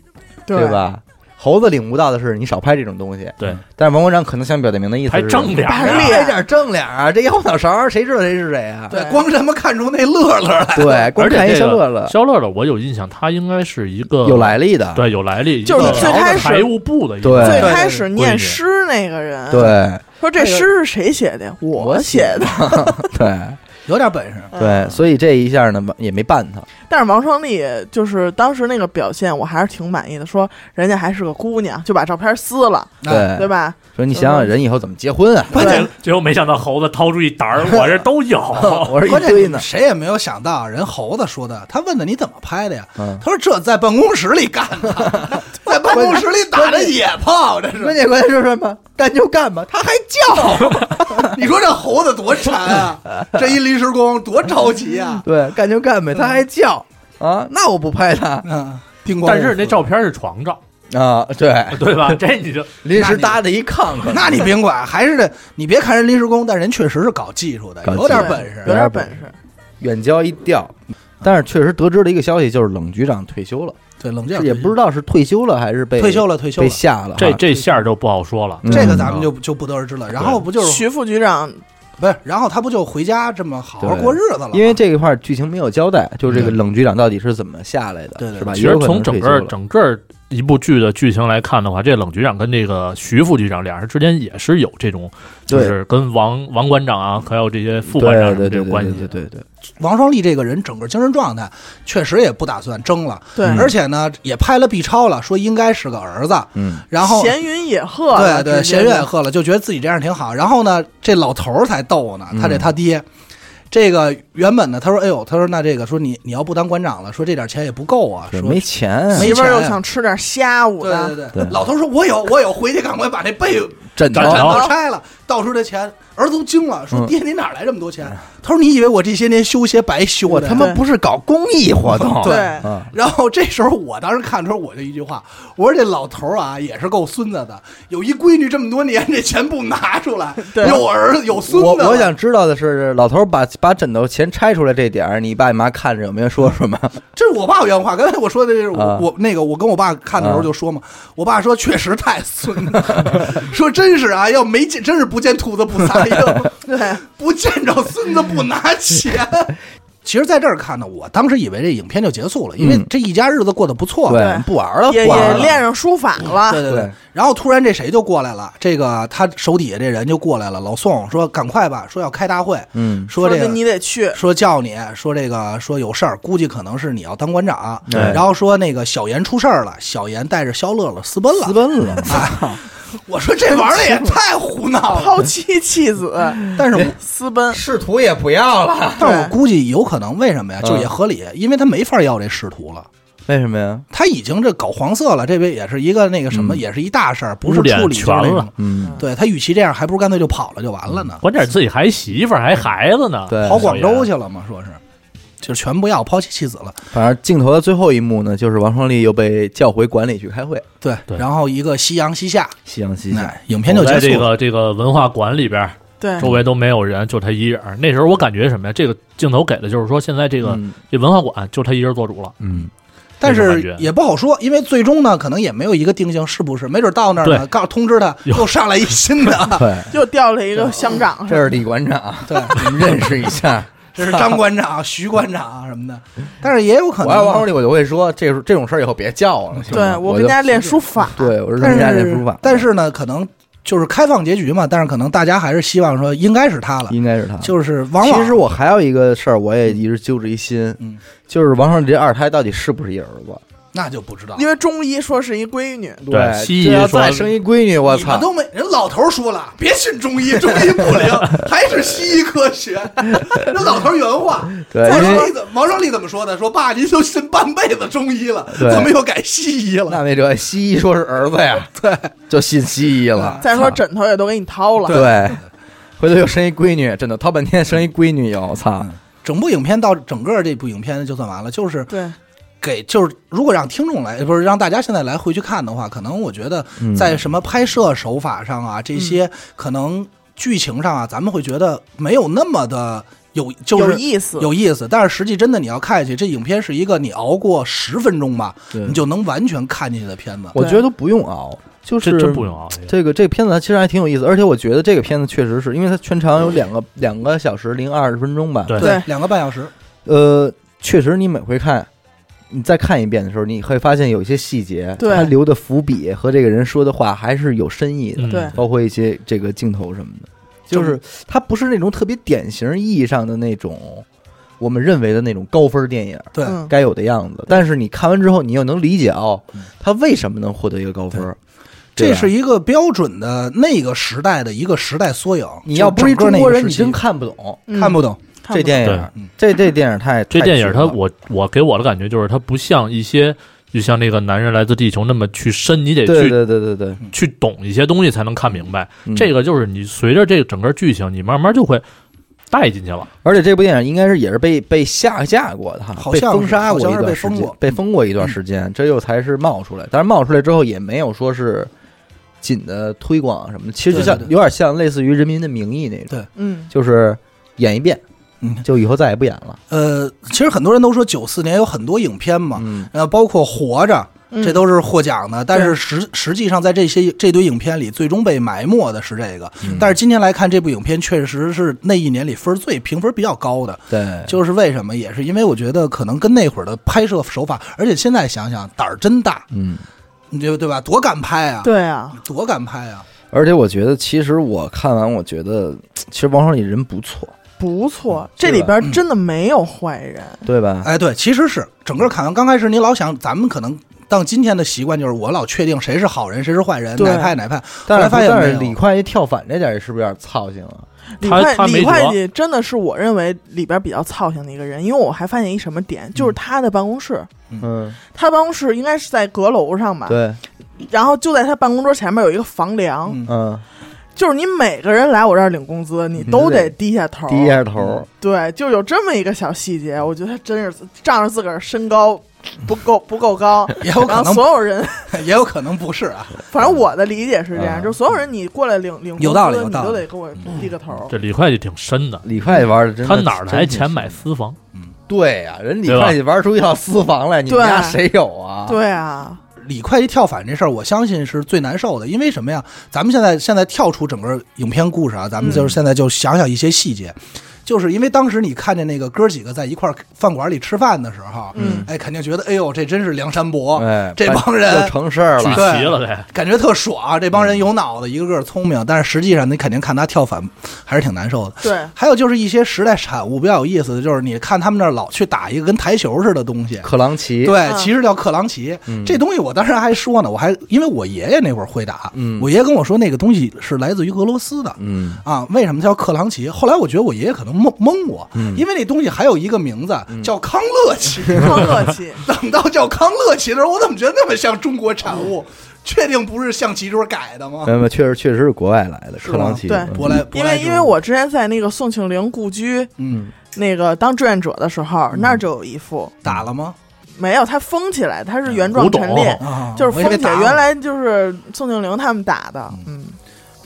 对？吧？猴子领悟到的是你少拍这种东西，对，但是王馆长可能想表达明的意思还是正脸白儿脸啊，拍点正脸啊，这一后脑勺谁知道谁是谁啊？对，对光他妈看出那乐乐来，对，光而且看一这小个乐乐肖乐乐，我有印象，他应该是一个有来历的，对有来历，就是一个最开始财务部的一个对最对开对始对念闺女诗那个人，对说这诗是谁写的？我写的。 对有点本事。 对，所以这一下呢也没办他，但是王双立就是当时那个表现，我还是挺满意的。说人家还是个姑娘，就把照片撕了，哎对吧？说你想想人以后怎么结 婚啊？关键结果没想到猴子掏出一沓儿，我这都有， 我说关一堆呢键，谁也没有想到，人猴子说的，他问的你怎么拍的呀？嗯他说这在办公室里干的， 在办公室里打的野炮，这 关是。键关键是什么？干就干吧，他还叫。 你说这猴子多馋 啊！这一临时工多着急啊！对，干就干呗，他还叫啊，那我不拍他嗯，叮咣。但是那照片是床照，啊。 对，对吧？这你就临时搭的一炕，可能 那你甭管，还是得你别看人临时工，但人确实是搞技术的，搞技术有点本有事。点本事。远郊一调。但是确实得知了一个消息，就是冷局长退休了，对，冷静也不知道是退休了还是被退休了，退休被了，下了。这这馅儿就不好说了。啊嗯这个咱们就就不得而知了。然后不就是徐副局长不是，然后他不就回家这么好好对过日子了吗？因为这一块剧情没有交代，就是这个对冷局长到底是怎么下来的，对对是吧？其也实有可能从整退休个了整个一部剧的剧情来看的话，这冷局长跟这个徐副局长俩人之间也是有这种，就对是跟王王馆长啊，还有这些副对馆长对对什么这对种关对系。对对对，王双立这个人整个精神状态确实也不打算争了，对，嗯而且呢也拍了 B 超了，说应该是个儿子，嗯，然后。闲云野鹤对了，对，直接弦就乐也喝了，就觉得自己这样挺好。然后呢，这老头儿才逗呢，他这嗯他爹，这个原本呢，他说：“哎呦，他说那这个说你你要不当馆长了，说这点钱也不够啊。”对说没钱啊，没媳妇儿钱又想吃点虾舞对对的，对，对老头儿说：“我有我有，回去赶快把这被枕头枕头我拆了，到处这钱。”儿子都惊了，说：“嗯爹，你哪来这么多钱？”他说：“你以为我这些年修鞋白修的？”我他妈不是搞公益活动，对对啊，然后这时候，我当时看的时候，我就一句话，我说这老头儿啊，也是够孙子的，有一闺女这么多年， 这钱不拿出 来，对有儿子有 孙我子了，我想知道的是，老头儿把把枕头钱拆出来这点儿，你爸你妈看着有没有说 什么？这是我爸原话。刚才我说的这是我、啊我那个，我跟我爸看的时候就说嘛，我爸说确实太孙子了， 说真是啊，要没见真是不见兔子不 撒鹰，对，不见着孙子不拿 钱。其实，在这儿看呢，我当时以为这影片就结束了，因为嗯这一家日子过得不错。对，不玩哦了，也不玩也了练上书法了，对啊对对对。然后突然这谁就过来了，这个他手底下这人就过来了，老宋说赶快吧，说要开大会，嗯，说这的个。哦你得去，说叫你说这个说有事儿，估计可能是你要当馆长，对 然后说那个小严出事儿了，小严带着肖乐乐私奔了，私奔了，我说这玩的也太胡 闹了。抛妻弃子， 但是我，私奔，仕途也不要 了，但我估计有可能，为什么呀？嗯就也合理，因为他没法要这仕途了。为什么呀？他已经这搞黄色了，这边也是一个那个什么，嗯也是一大事儿，不是污点处理就是那全种了。嗯，对他，与其这样，还不如干脆就跑了就完了呢。 关键是自己还媳妇儿还孩子呢，啊对跑广州去了嘛，说是，就全不要，抛弃妻子了。反正镜头的最后一幕呢，就是王双立又被叫回馆里去开会，对，对然后一个夕阳西下，夕阳西下。哎，影我片就在结这束了。个这个文化馆里边，嗯对周围都没有人，就他一人儿。那时候我感觉什么呀？这个镜头给的就是说，现在这个、嗯这文化馆就他一人做主了。嗯，但这种感是觉也不好说，因为最终呢，可能也没有一个定性是不是，没准到那儿呢，对告通知他有又上来一新 的，对，又调了一个乡长，啊这是李馆长，对，你们认识一下。这是张馆长、徐馆长啊什么 的。但是也有可我要王能啊双，立，我就会说，这种这种事儿以后别叫我了。行吗对我跟就人家练书法，对，我是但人是家这书法，但是呢，可能就是开放结局嘛，但是可能大家还是希望说应该是他了，应该是他。就是往往其实我还有一个事儿，我也一直揪着一心，嗯就是王双立这二胎到底是不是一儿子？那就不知道了。因为中医说是一闺女，对西医这要说再生一闺女，我你们操！都没人老头儿说了，别信中医，中医不灵，还是西医科学。人老头儿原话， 对王因为双立怎么王双立怎么说的？说爸，您都信半辈子中医了，对怎么又改西医了？那没辙，西医说是儿子呀，对，就信西医了。再说操枕头也都给你掏了，对， 回头又生一闺女，真的掏半天生一闺女又，我操！整部影片到整个这部影片就算完了，就是对，给就是如果让听众来不是让大家现在来回去看的话，可能我觉得嗯在什么拍摄手法上啊，这些可能剧情上啊，咱们会觉得没有那么的有就有是意思，有意思，但是实际真的你要看下去，这影片是一个你熬过十分钟吧，对你就能完全看进去的片子。我觉得都不用熬，就是这真不用熬。这个这个这个片子它其实还挺有意思，而且我觉得这个片子确实是因为它全长有两个两个小时零二十分钟吧，对对两个半小时，呃，确实你每回看。你再看一遍的时候，你会发现有一些细节，对他留的伏笔和这个人说的话还是有深意的，嗯对包括一些这个镜头什么的，就就是它不是那种特别典型意义上的那种我们认为的那种高分电影，对，嗯，该有的样子。但是你看完之后，你又能理解哦嗯，他为什么能获得一个高分？对啊这吧是一个标准的那个时代的一个时代缩影。你要不是一就中整个那国个人，你时期真看不懂嗯看不懂。看这不电懂影对嗯。这这电影太这太电影绝它了我我给我的感觉就是它不像一些就像那个男人来自地球那么去深，你得去对对对对对，去懂一些东西才能看明白。嗯这个就是你随着这个整个剧情，你慢慢就会带进去了。而且这部电影应该是也是被被下架过的哈，好被像封是杀好过像一是段被时封间过，嗯被封过一段时间，这又才是冒出来。但是冒出来之后也没有说是紧的推广什么的，其实就对像对对有点像类似于《人民的名义》那种，嗯，就是演一遍嗯，就以后再也不演了。呃，其实很多人都说九四年有很多影片嘛，嗯，呃，包括《活着》，嗯这都是获奖的。但是实实际上，在这些这堆影片里，最终被埋没的是这个。嗯但是今天来看这部影片，确实是那一年里分儿最评分比较高的。对，就是为什么，也是因为我觉得可能跟那会儿的拍摄手法，而且现在想想胆儿真大，嗯。你就对吧？多敢拍啊！对啊，多敢拍啊！而且我觉得，其实我看完，我觉得其实王双立人不错，不错，是这里吧边真的没有坏人，对吧？哎，对，其实是整个看完，刚开始你老想，咱们可能到今天的习惯就是我老确定谁是好人，谁是坏人，对哪派哪派。但是后来发现但没是有李会计跳反这点儿是不是有点操心啊？李他他会没李辙会计真的是我认为里边比较操心的一个人，因为我还发现一什么点，就是他的办公室，嗯，他的办公室应该是在阁楼上吧，对，然后就在他办公桌前面有一个房梁，嗯，嗯，就是你每个人来我这儿领工资，你嗯都得低下头，低一下头，对，就有这么一个小细嗯节，我觉得他真是仗着自个儿身高 不够不够高，也有可然后能所有人，也有可能不是啊。反正我的理解是这样，啊就是所有人你过来领领工资，有道理有你道理嗯都得给我低个头。这李会计挺深的，李会计玩的真的他哪儿来钱买真挺私房？对呀、人李对吧会计玩出一套私房来，你们对家谁有嗯啊？对啊，李会计跳反这事儿，我相信是最难受的，因为什嗯么呀？咱们现在现在跳出整个影片故事啊，咱们就是现在就想想一些细节。就是因为当时你看见那个哥几个在一块儿饭馆里吃饭的时候，嗯哎，肯定觉得哎呦，这真是梁山伯，哎，啊这帮人就成事儿聚了，齐了得。感觉特爽，啊这帮人有脑子，一个个聪明，但是实际上你肯定看他跳反还是挺难受的。对，还有就是一些时代产物比较有意思的，就是你看他们那儿老去打一个跟台球似的东西，克朗奇，对，嗯其实叫克朗奇。嗯这东西我当时还说呢，我还因为我爷爷那会儿会打，嗯我爷爷跟我说那个东西是来自于俄罗斯的。嗯啊，为什么叫克朗奇？后来我觉得我爷爷可能蒙蒙我，嗯因为那东西还有一个名字叫康乐棋。康乐 棋，等到叫康乐棋的时候，我怎么觉得那么像中国产物？确定不是象棋桌改的吗没？有没有，确实确实是国外来的啊是克朗吗奇，对嗯舶来，舶因来为之因为物我之前在那个宋庆龄故居嗯那个当志愿者的时候，那儿就有一副，嗯打了吗？没有，它封起来，它是原状陈列，哦啊，就是我封以为起来，打了原来就是宋庆龄他们打的，嗯，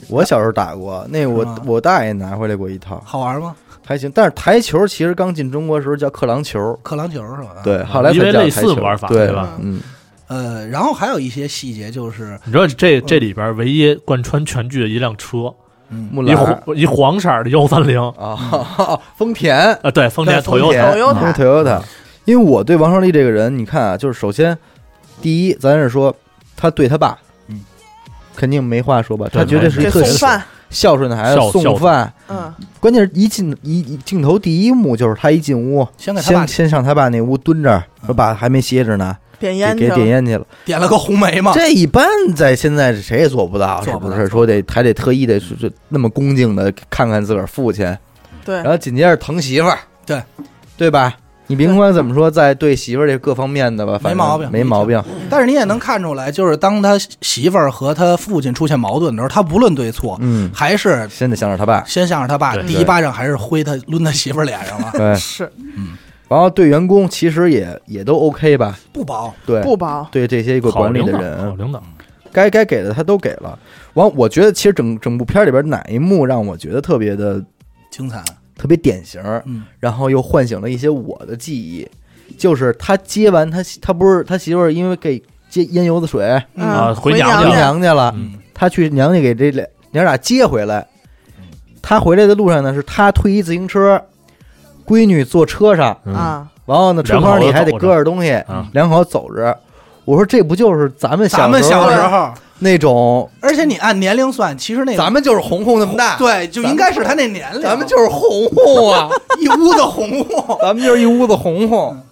我小时候打过，那我是吗我大爷拿回来过一套，好玩吗？还行。但是台球其实刚进中国的时候叫克朗球，克朗球是吧？，对，后来才因为叫类台似球玩法对对吧？嗯，呃，然后还有一些细节就是，你知道这嗯这里边唯一贯穿全剧的一辆车，嗯，木一兰黄一黄色的幺三零啊， 丰田，啊，对，丰田对丰 Toyota 丰田 Toyota 丰田 Toyota。因为我对王双立这个人，你看啊，就是首先，第一，咱是说他对他爸，嗯，肯定没话说吧？对他绝对是一给特送饭，孝顺的孩子孝，孝送顺饭。嗯，关键是一进一一镜头第一幕就是他一进屋，先给他爸先先上他爸那屋蹲着，说嗯爸还没歇着呢，点给烟给去点了，烟去了。点了个红梅嘛，这一般在现在谁也做不到，是啊做不不到是？说得还得特意得是是那么恭敬的看看自个儿父亲，对然，后紧接着疼媳妇儿，对对吧？你甭管怎么说，在对媳妇儿这各方面的吧，反正没毛病没毛病。但是你也能看出来，就是当他媳妇儿和他父亲出现矛盾的时候，他不论对错，嗯，还是先得想想他爸。先向着他爸，对第一巴掌还是挥他抡他媳妇儿脸上了， 对，是然后对员工其实也也都 OK 吧？不薄。对，不薄，对这些个好管理领的导，人好，领导，该该给的他都给了。完，我觉得其实整整部片里边哪一幕让我觉得特别的精彩，特别典型，嗯，然后又唤醒了一些我的记忆，就是他接完他他不是他媳妇儿因为给接烟油子水嗯啊嗯，回回娘回家家，娘家了，嗯，他去娘家给这俩娘俩接回来。他回来的路上呢，是他推一自行车，闺女坐车上，嗯啊，然后呢车筐里还得搁着东西啊，两口走着。我说这不就是咱们咱们时候小时候，那种，而且你按年龄算，其实那咱们就是红红那么 大，，对就应该是他那年龄，咱们就是红红啊，一屋子 红红。咱们就是一屋子红红嗯。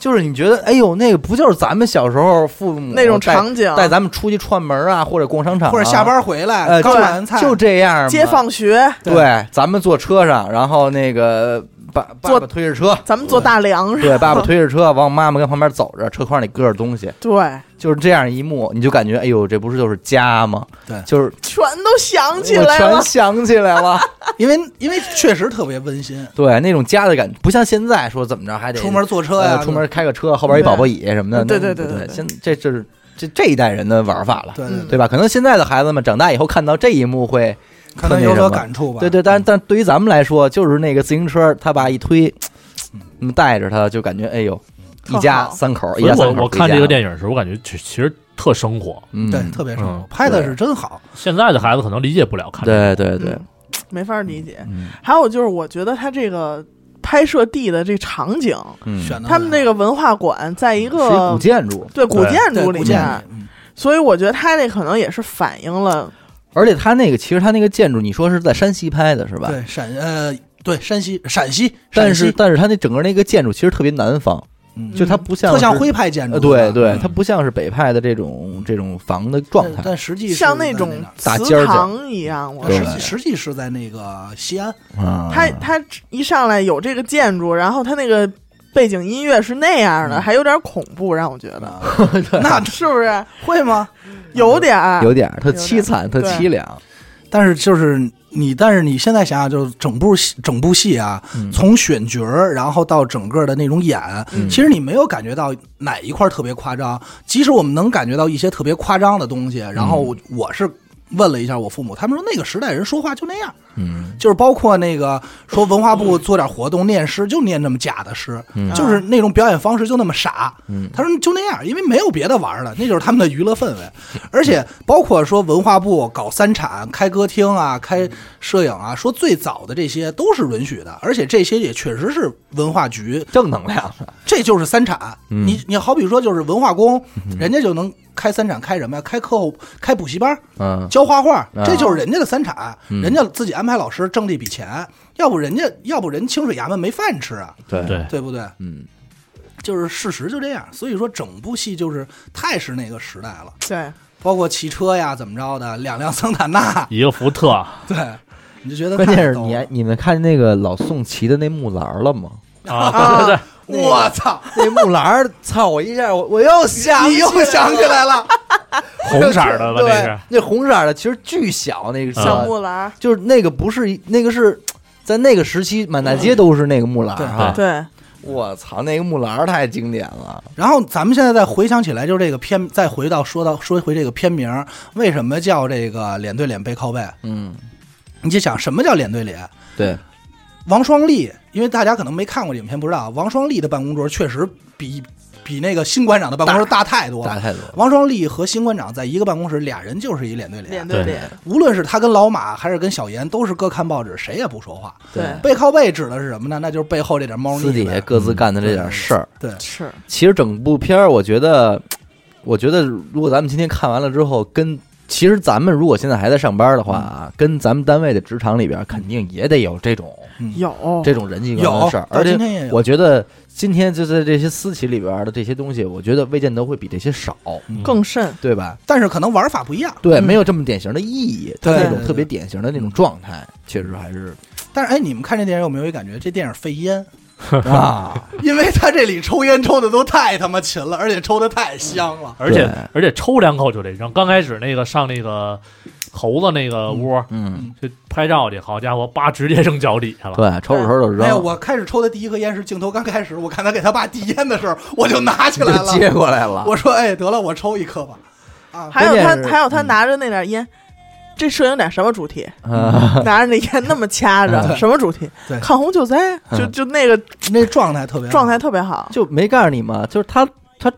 就是你觉得，哎呦，那个不就是咱们小时候父母那种带场景，带咱们出去串门啊，或者逛商场啊、或者下班回来，呃，刚就买完菜就这样嘛接放学，对对，咱们坐车上，然后那个爸爸坐爸推着 车，咱们坐大梁上，对，爸爸推着车往妈妈跟旁边走着，车筐里搁着东西， 对，就是这样一幕，你就感觉哎呦，这不是就是家吗？对就是全都想起我来全了，想起来 了，因为因为确实特别温馨，对，那种家的感觉，不像现在说怎么着还得出门坐车呀，呃出门开个车，后边一宝宝椅什么的，对那对对不对对现这这是这这一代人的玩法了。对嗯对对，对吧？可能现在的孩子们长大以后看到这一幕会，可能有所感触吧。对对，但但对于咱们来说，就是那个自行车，他爸一推，嗯嗯，带着他就感觉，哎呦，特一家好三口儿，所一以家我三口儿我回看家这个电影的时候，我感觉其其实特生活。嗯，对，特别生嗯活，拍的是真好。现在的孩子可能理解不了看这个，对对对，嗯没法理解。嗯还有就是，我觉得他这个拍摄地的这场景，嗯选的他们那个文化馆在一是一古个建筑，对古对建对筑里古建面，筑嗯所以我觉得他这可能也是反映了而且他那个其实他那个建筑，你说是在山西拍的是吧？对陕呃对山西陕西，但陕是西但是他那整个那个建筑其实特别南方，嗯就它不像特像是徽派建筑呃，的，对对，嗯它不像是北派的这种这种房的状但态，但实际是像在那那种大祠尖儿的堂一样。我哪对儿是实际实际是在那个西安，啊他他一上来有这个建筑，然后他那个背景音乐是那样的，嗯还有点恐怖，让我觉得啊 那是不是会吗？有点儿有点儿特有点凄儿惨，特对凄凉，但是就是你，但是你现在想想，就是整部戏整部戏啊，嗯从选角儿，然后到整个的那种演，嗯其实你没有感觉到哪嗯一块儿特别夸张。即使我们能感觉到一些特别夸张的东西，然后我我是问了一下我父母，他们说那个时代人说话就那样，嗯，就是包括那个说文化部做点活动念诗，就念那么假的诗，嗯就是那种表演方式就那么傻。嗯他说就那样，因为没有别的玩的，那就是他们的娱乐氛围。嗯而且包括说文化部搞三产、开歌厅啊、开摄影啊，说最早的这些都是允许的，而且这些也确实是文化局，正能量啊的，这就是三产。嗯你你好比说就是文化宫，人家就能开三产，开什么呀？开课后开补习班，嗯，教画画，啊嗯这就是人家的三产，人家自己安排老师挣这笔钱，要不人家要不人清水衙门没饭吃啊，对对，对不对？嗯，就是事实就这样，所以说整部戏就是太是那个时代了，对，包括骑车呀怎么着的，两辆桑塔纳，一个福特，啊 对，你就觉得关键是太逗你了你们看那个老宋骑的那木栏了吗？啊，啊对对对，我操， 那木栏儿，操我一下，我我又想你又起来想起了来了，红色儿的吧，对那是。那红色儿的，其实巨小，那个嗯啊小木。木兰儿，就是那个不是一那个是在那个时期满大街都是那个木兰对儿哈。对，我操，那个木兰儿太经典了，然后咱们现在再回想起来，就是这个片，再回到说到说回这个片名儿，为什么叫这个脸对脸背靠背？嗯，你就想什么叫脸对脸？对，王双立，因为大家可能没看过影片，不知道王双立的办公桌确实比比那个新馆长的办公桌大太多大了。太多了，王双立和新馆长在一个办公室，俩人就是一脸对脸脸，对对脸，无论是他跟老马还是跟小严，都是各看报纸，谁也不说话。对，背靠背指的是什么呢？那就是背后这点猫腻呗。哎私底下各嗯自干的这点事儿，对，是其实整部片儿，我觉得，我觉得如果咱们今天看完了之后，跟其实咱们如果现在还在上班的话啊，嗯跟咱们单位的职场里边儿肯定也得有这种有这种人际关系哦有的事儿，，嗯到而今且。天也有。我觉得今天就在这些私企里边儿的这些东西，我觉得未见得会比这些少，更甚，对吧？但是可能玩法不一样。对，嗯没有这么典型的意义，它对那种对特别对典型的那种状态，确实还 是但是哎，你们看这电影有没有一感觉，这电影费 烟？啊，因为他这里抽烟抽的都太他妈勤了，而且抽的太香了。而且对而且抽两口就得扔。刚开始那个上那个猴子那个屋嗯，去拍照去，好家伙，叭直接扔脚底下了。对，抽着抽着就哎呀，扔了，我开始抽的第一颗烟是镜头刚开始，我看他给他爸递烟的时候，我就拿起来 就了。接过来了，我说：“哎，得了，我抽一颗吧。”啊，还有关键他是还有他嗯拿着那点烟。这摄影点什么主题？啊拿着那烟那么掐着，对什么主题对？嗯抗洪救灾，就就那个那状态特别好状态特别好。就没告诉你吗？就是他他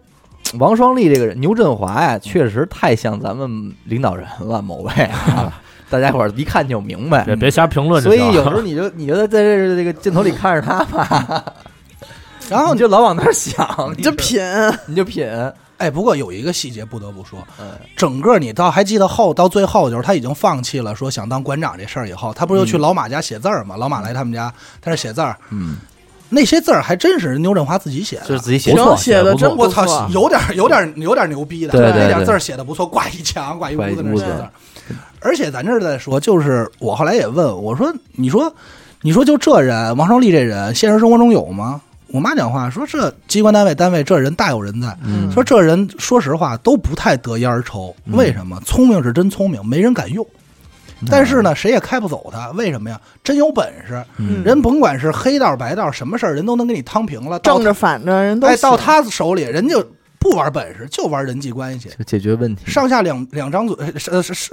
王双立这个人，牛振华呀，确实太像咱们领导人了，某位 啊，大家伙儿一看就明白别。别瞎评论就所以行。有时 候你就你就在在这这个镜头里看着 他吧，然后你就老往那儿想，你你就就品，你就品，哎，不过有一个细节不得不说，嗯整个你到还记得后到最后，就是他已经放弃了说想当馆长这事儿以后，他不是又去老马家写字儿吗？老马来他们家，他是写字儿，嗯，那些字儿还真是牛振华自己写的。就是自己写行不错，写的的真我不操错，，有点有点有点牛逼的，对对那点对字儿写的不错，挂一墙，挂一屋挂一子那屋写子字儿。而且咱这儿再说，就是我后来也问我说：“你说，你说就这人，王双立这人，现实生活中有吗？”我妈讲话说：“这机关单位单位这人大有人在。”嗯说这人说实话都不太得烟儿抽，为什么？聪明是真聪明，没人敢用。但是呢，谁也开不走他，为什么呀？真有本事，嗯人甭管是黑道白道，什么事儿人都能给你趟平了。到正着反着人都哎，到行他手里，人就不玩本事，就玩人际关系，就解决问题。上下两两张嘴，呃是是是，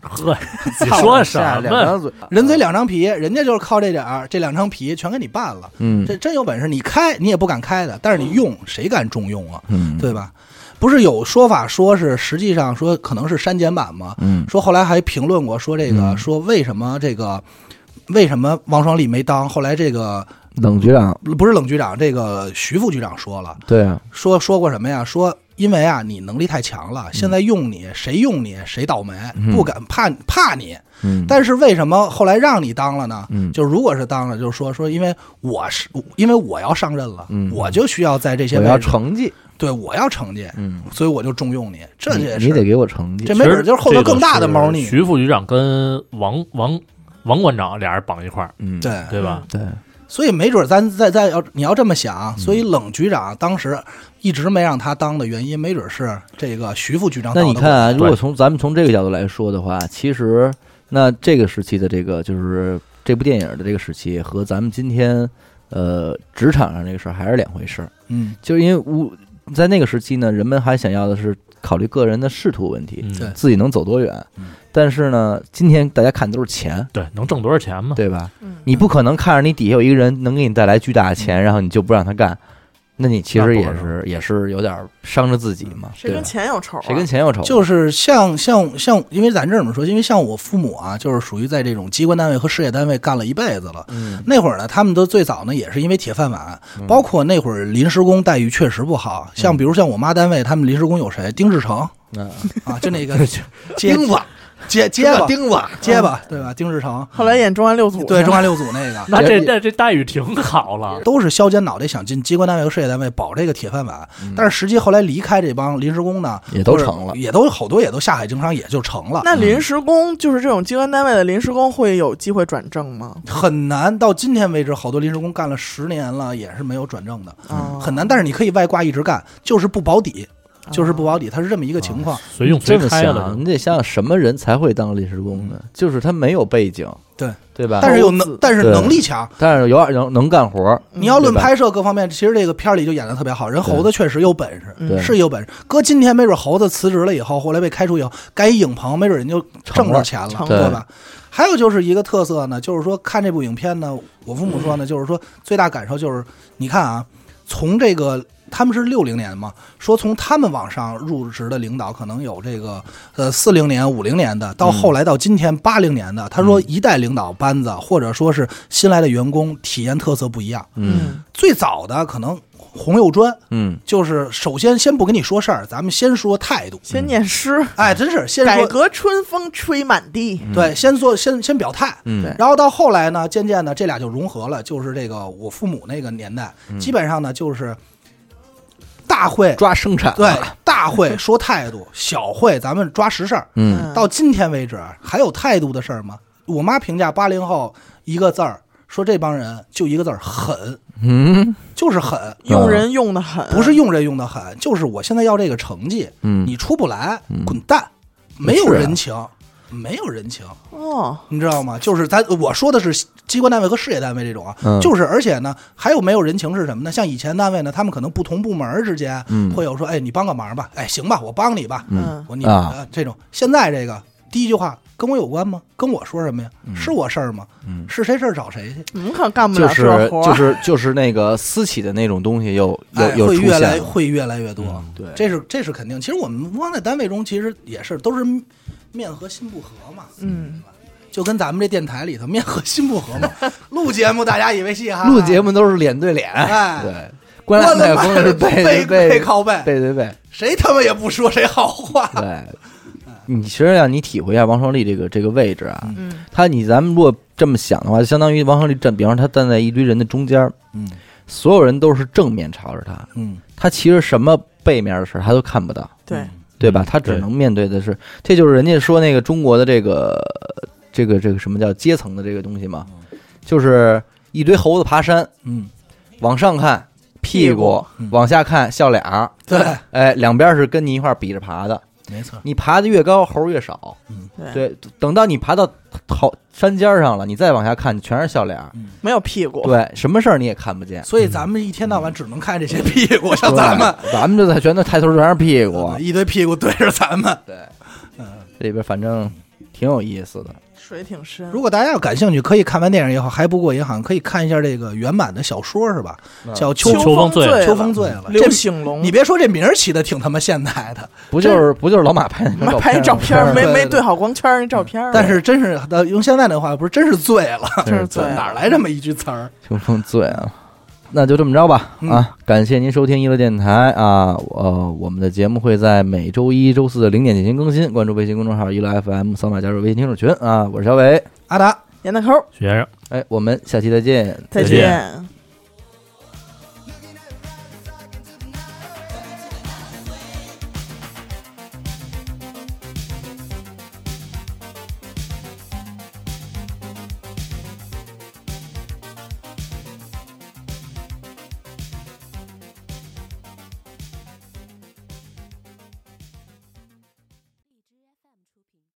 呵，你说什下两么？张嘴，人嘴两张皮，人家就是靠这点儿，这两张皮全给你办了。嗯这真有本事，你开你也不敢开的，但是你用，谁敢重用啊？嗯对吧？不是有说法说是实际上说可能是删减版吗？嗯说后来还评论过说这个、嗯说为什么这个为什么王双立没当？后来这个冷局长，不是冷局长，这个徐副局长说了，对啊，说说过什么呀？说因为啊你能力太强了，现在用你谁用你谁倒霉，嗯不敢怕怕你。嗯，但是为什么后来让你当了呢？嗯就是如果是当了，就是说说因为我是因为我要上任了，嗯我就需要在这些我位要置，成绩，对我要成绩，嗯，所以我就重用你。这也你你得是给我成绩，这没准儿就是后头更大的猫腻其实这个是徐副局长跟王王王馆长俩人绑一块儿，嗯对。对吧？对，所以没准儿咱再再要你要这么想，所以冷局长当时一直没让他当的原因，没准儿是这个徐副局长那搞你的看啊，如果对从咱们从这个角度来说的话，其实那这个时期的这个就是这部电影的这个时期和咱们今天呃职场上这个事儿还是两回事儿，嗯，就是因为无在那个时期呢，人们还想要的是考虑个人的仕途问题，嗯对自己能走多远嗯。但是呢，今天大家看的都是钱，对，能挣多少钱嘛？对吧？嗯你不可能看着你底下有一个人能给你带来巨大的钱，然后你就不让他干，那你其那不实可也能是也是有点伤着自己嘛，谁对吧跟？钱有仇、啊？谁跟钱有仇？就是像像像，因为咱这么说，因为像我父母啊，就是属于在这种机关单位和事业单位干了一辈子了。嗯那会儿呢，他们都最早呢也是因为铁饭碗，包括那会儿临时工待遇确实不好，像比如像我妈单位，他们临时工有谁？丁志成嗯啊，就那个结钉子，结结巴钉子，结巴，对吧？丁志成，后来演中央六组去了，对中华六组那个，那这也这这待遇挺好了，都是削尖脑袋想进机关单位和事业单位保这个铁饭碗， 但是实际后来离开这帮临时工呢，也都 成了嗯也都好多也都下海经商，也就成了。那临时工就是这种机关单位的临时工，会有机会转正吗？很难，到今天为止，好多临时工干了十年了，也是没有转正的，哦啊，很难。但是你可以外挂一直干，就是不保底，就是啊不保底，它是这么一个情况。随用随这么开想，了。你得想想什么人才会当临时工呢？就是他没有背景，嗯对对吧？但是有包能子，但是对能力强。但是有点能能干活儿，你要论对吧拍摄各方面，其实这个片儿里就演的特别好。人猴子确实有本事，对嗯是有本事。搁今天没准猴子辞职了以后，后来被开除以后，该一影棚没准人就挣着钱了，成了对吧？还有就是一个特色呢，就是说看这部影片呢，我父母说呢，就是说最大感受就是，你看啊，从这个他们是六零年嘛，说从他们往上入职的领导可能有这个呃四零年、五零年的，到后来到今天八零年的，他嗯说一代领导班子或者说是新来的员工体验特色不一样。嗯最早的可能红釉砖，嗯，就是首先先不跟你说事儿，咱们先说态度。先念诗，哎，真是先改说革春风吹满地，对，先做先先表态。嗯对然后到后来呢，渐渐的这俩就融合了，就是这个我父母那个年代，嗯基本上呢就是大会抓生产，对大会说 态度，小会咱们抓实事儿。嗯，到今天为止，还有态度的事儿吗？我妈评价八零后一个字儿，说这帮人就一个字儿狠，嗯就是狠。用人用的很，不是用人用的狠，就是我现在要这个成绩，嗯，你出不来，嗯滚蛋，没有是啊人情，没有人情，哦，你知道吗？就是咱我说的是机关单位和事业单位这种啊，嗯就是而且呢，还有没有人情是什么呢？像以前单位呢，他们可能不同部门之间嗯会有说，哎，你帮个忙吧，哎，行吧，我帮你吧，嗯，我你啊呃这种。现在这个第一句话跟我有关吗？跟我说什么呀？是我事儿吗？嗯是谁事儿找谁去？你们可干不就了这是活儿，就是就是那个私企的那种东西又哎，又又会出越现来了，嗯会越来越多，对这是这是肯定。其实我们汪在单位中，其实也是都是面和心不和嘛，嗯，就跟咱们这电台里头面和心不和嘛。录节目大家以为嘻哈，录节目都是脸对脸，哎对，关上麦克风是背背背对靠背，背对背，谁他妈也不说谁好话。 对。你其实让你体会一下王双立这个这个位置啊，嗯他你咱们如果这么想的话，就相当于王双立站，比方说他站在一堆人的中间儿，嗯所有人都是正面朝着他，嗯，他其实什么背面的事儿他都看不到，对，对嗯吧？他只对能面对的是，这就是人家说那个中国的这个这个这个什么叫阶层的这个东西嘛，就是一堆猴子爬山，嗯，往上看屁屁股股嗯，往下看笑脸儿，对，哎，两边是跟你一块儿比着爬的，没错，你爬的越高，猴儿越少。对对，等到你爬到头山尖儿上了，你再往下看，全是笑脸儿。没有屁股，对，什么事儿你也看不 见。所以咱们一天到晚只能看这些屁股，像对咱们啊咱们就在全都抬头全是屁股，一堆屁股对着咱们。这里边反正挺有意思的。水挺深如，果大家要感兴趣，可以看完电影以后还不过瘾，好像可以看一下这个原版的小说，是吧？叫《秋秋风醉了了秋风醉了》。刘这醒龙你，别说这名儿起的挺他妈现代的，不就是不就是老马拍那妈拍一照片儿吗没对没对对好光圈儿那照片儿，但是真是呃用现在的话，不是真是醉了，真是醉啊哪了，儿来这么一句词儿？秋风醉啊！那就这么着吧嗯啊！感谢您收听娱乐电台啊！呃，我们的节目会在每周一周四的零点进行更新，关注微信公众号“娱乐 FM”，扫码加入微信听众群啊！我是小伟，阿达，闫大抠儿，许先生。哎，我们下期再见。再再见见。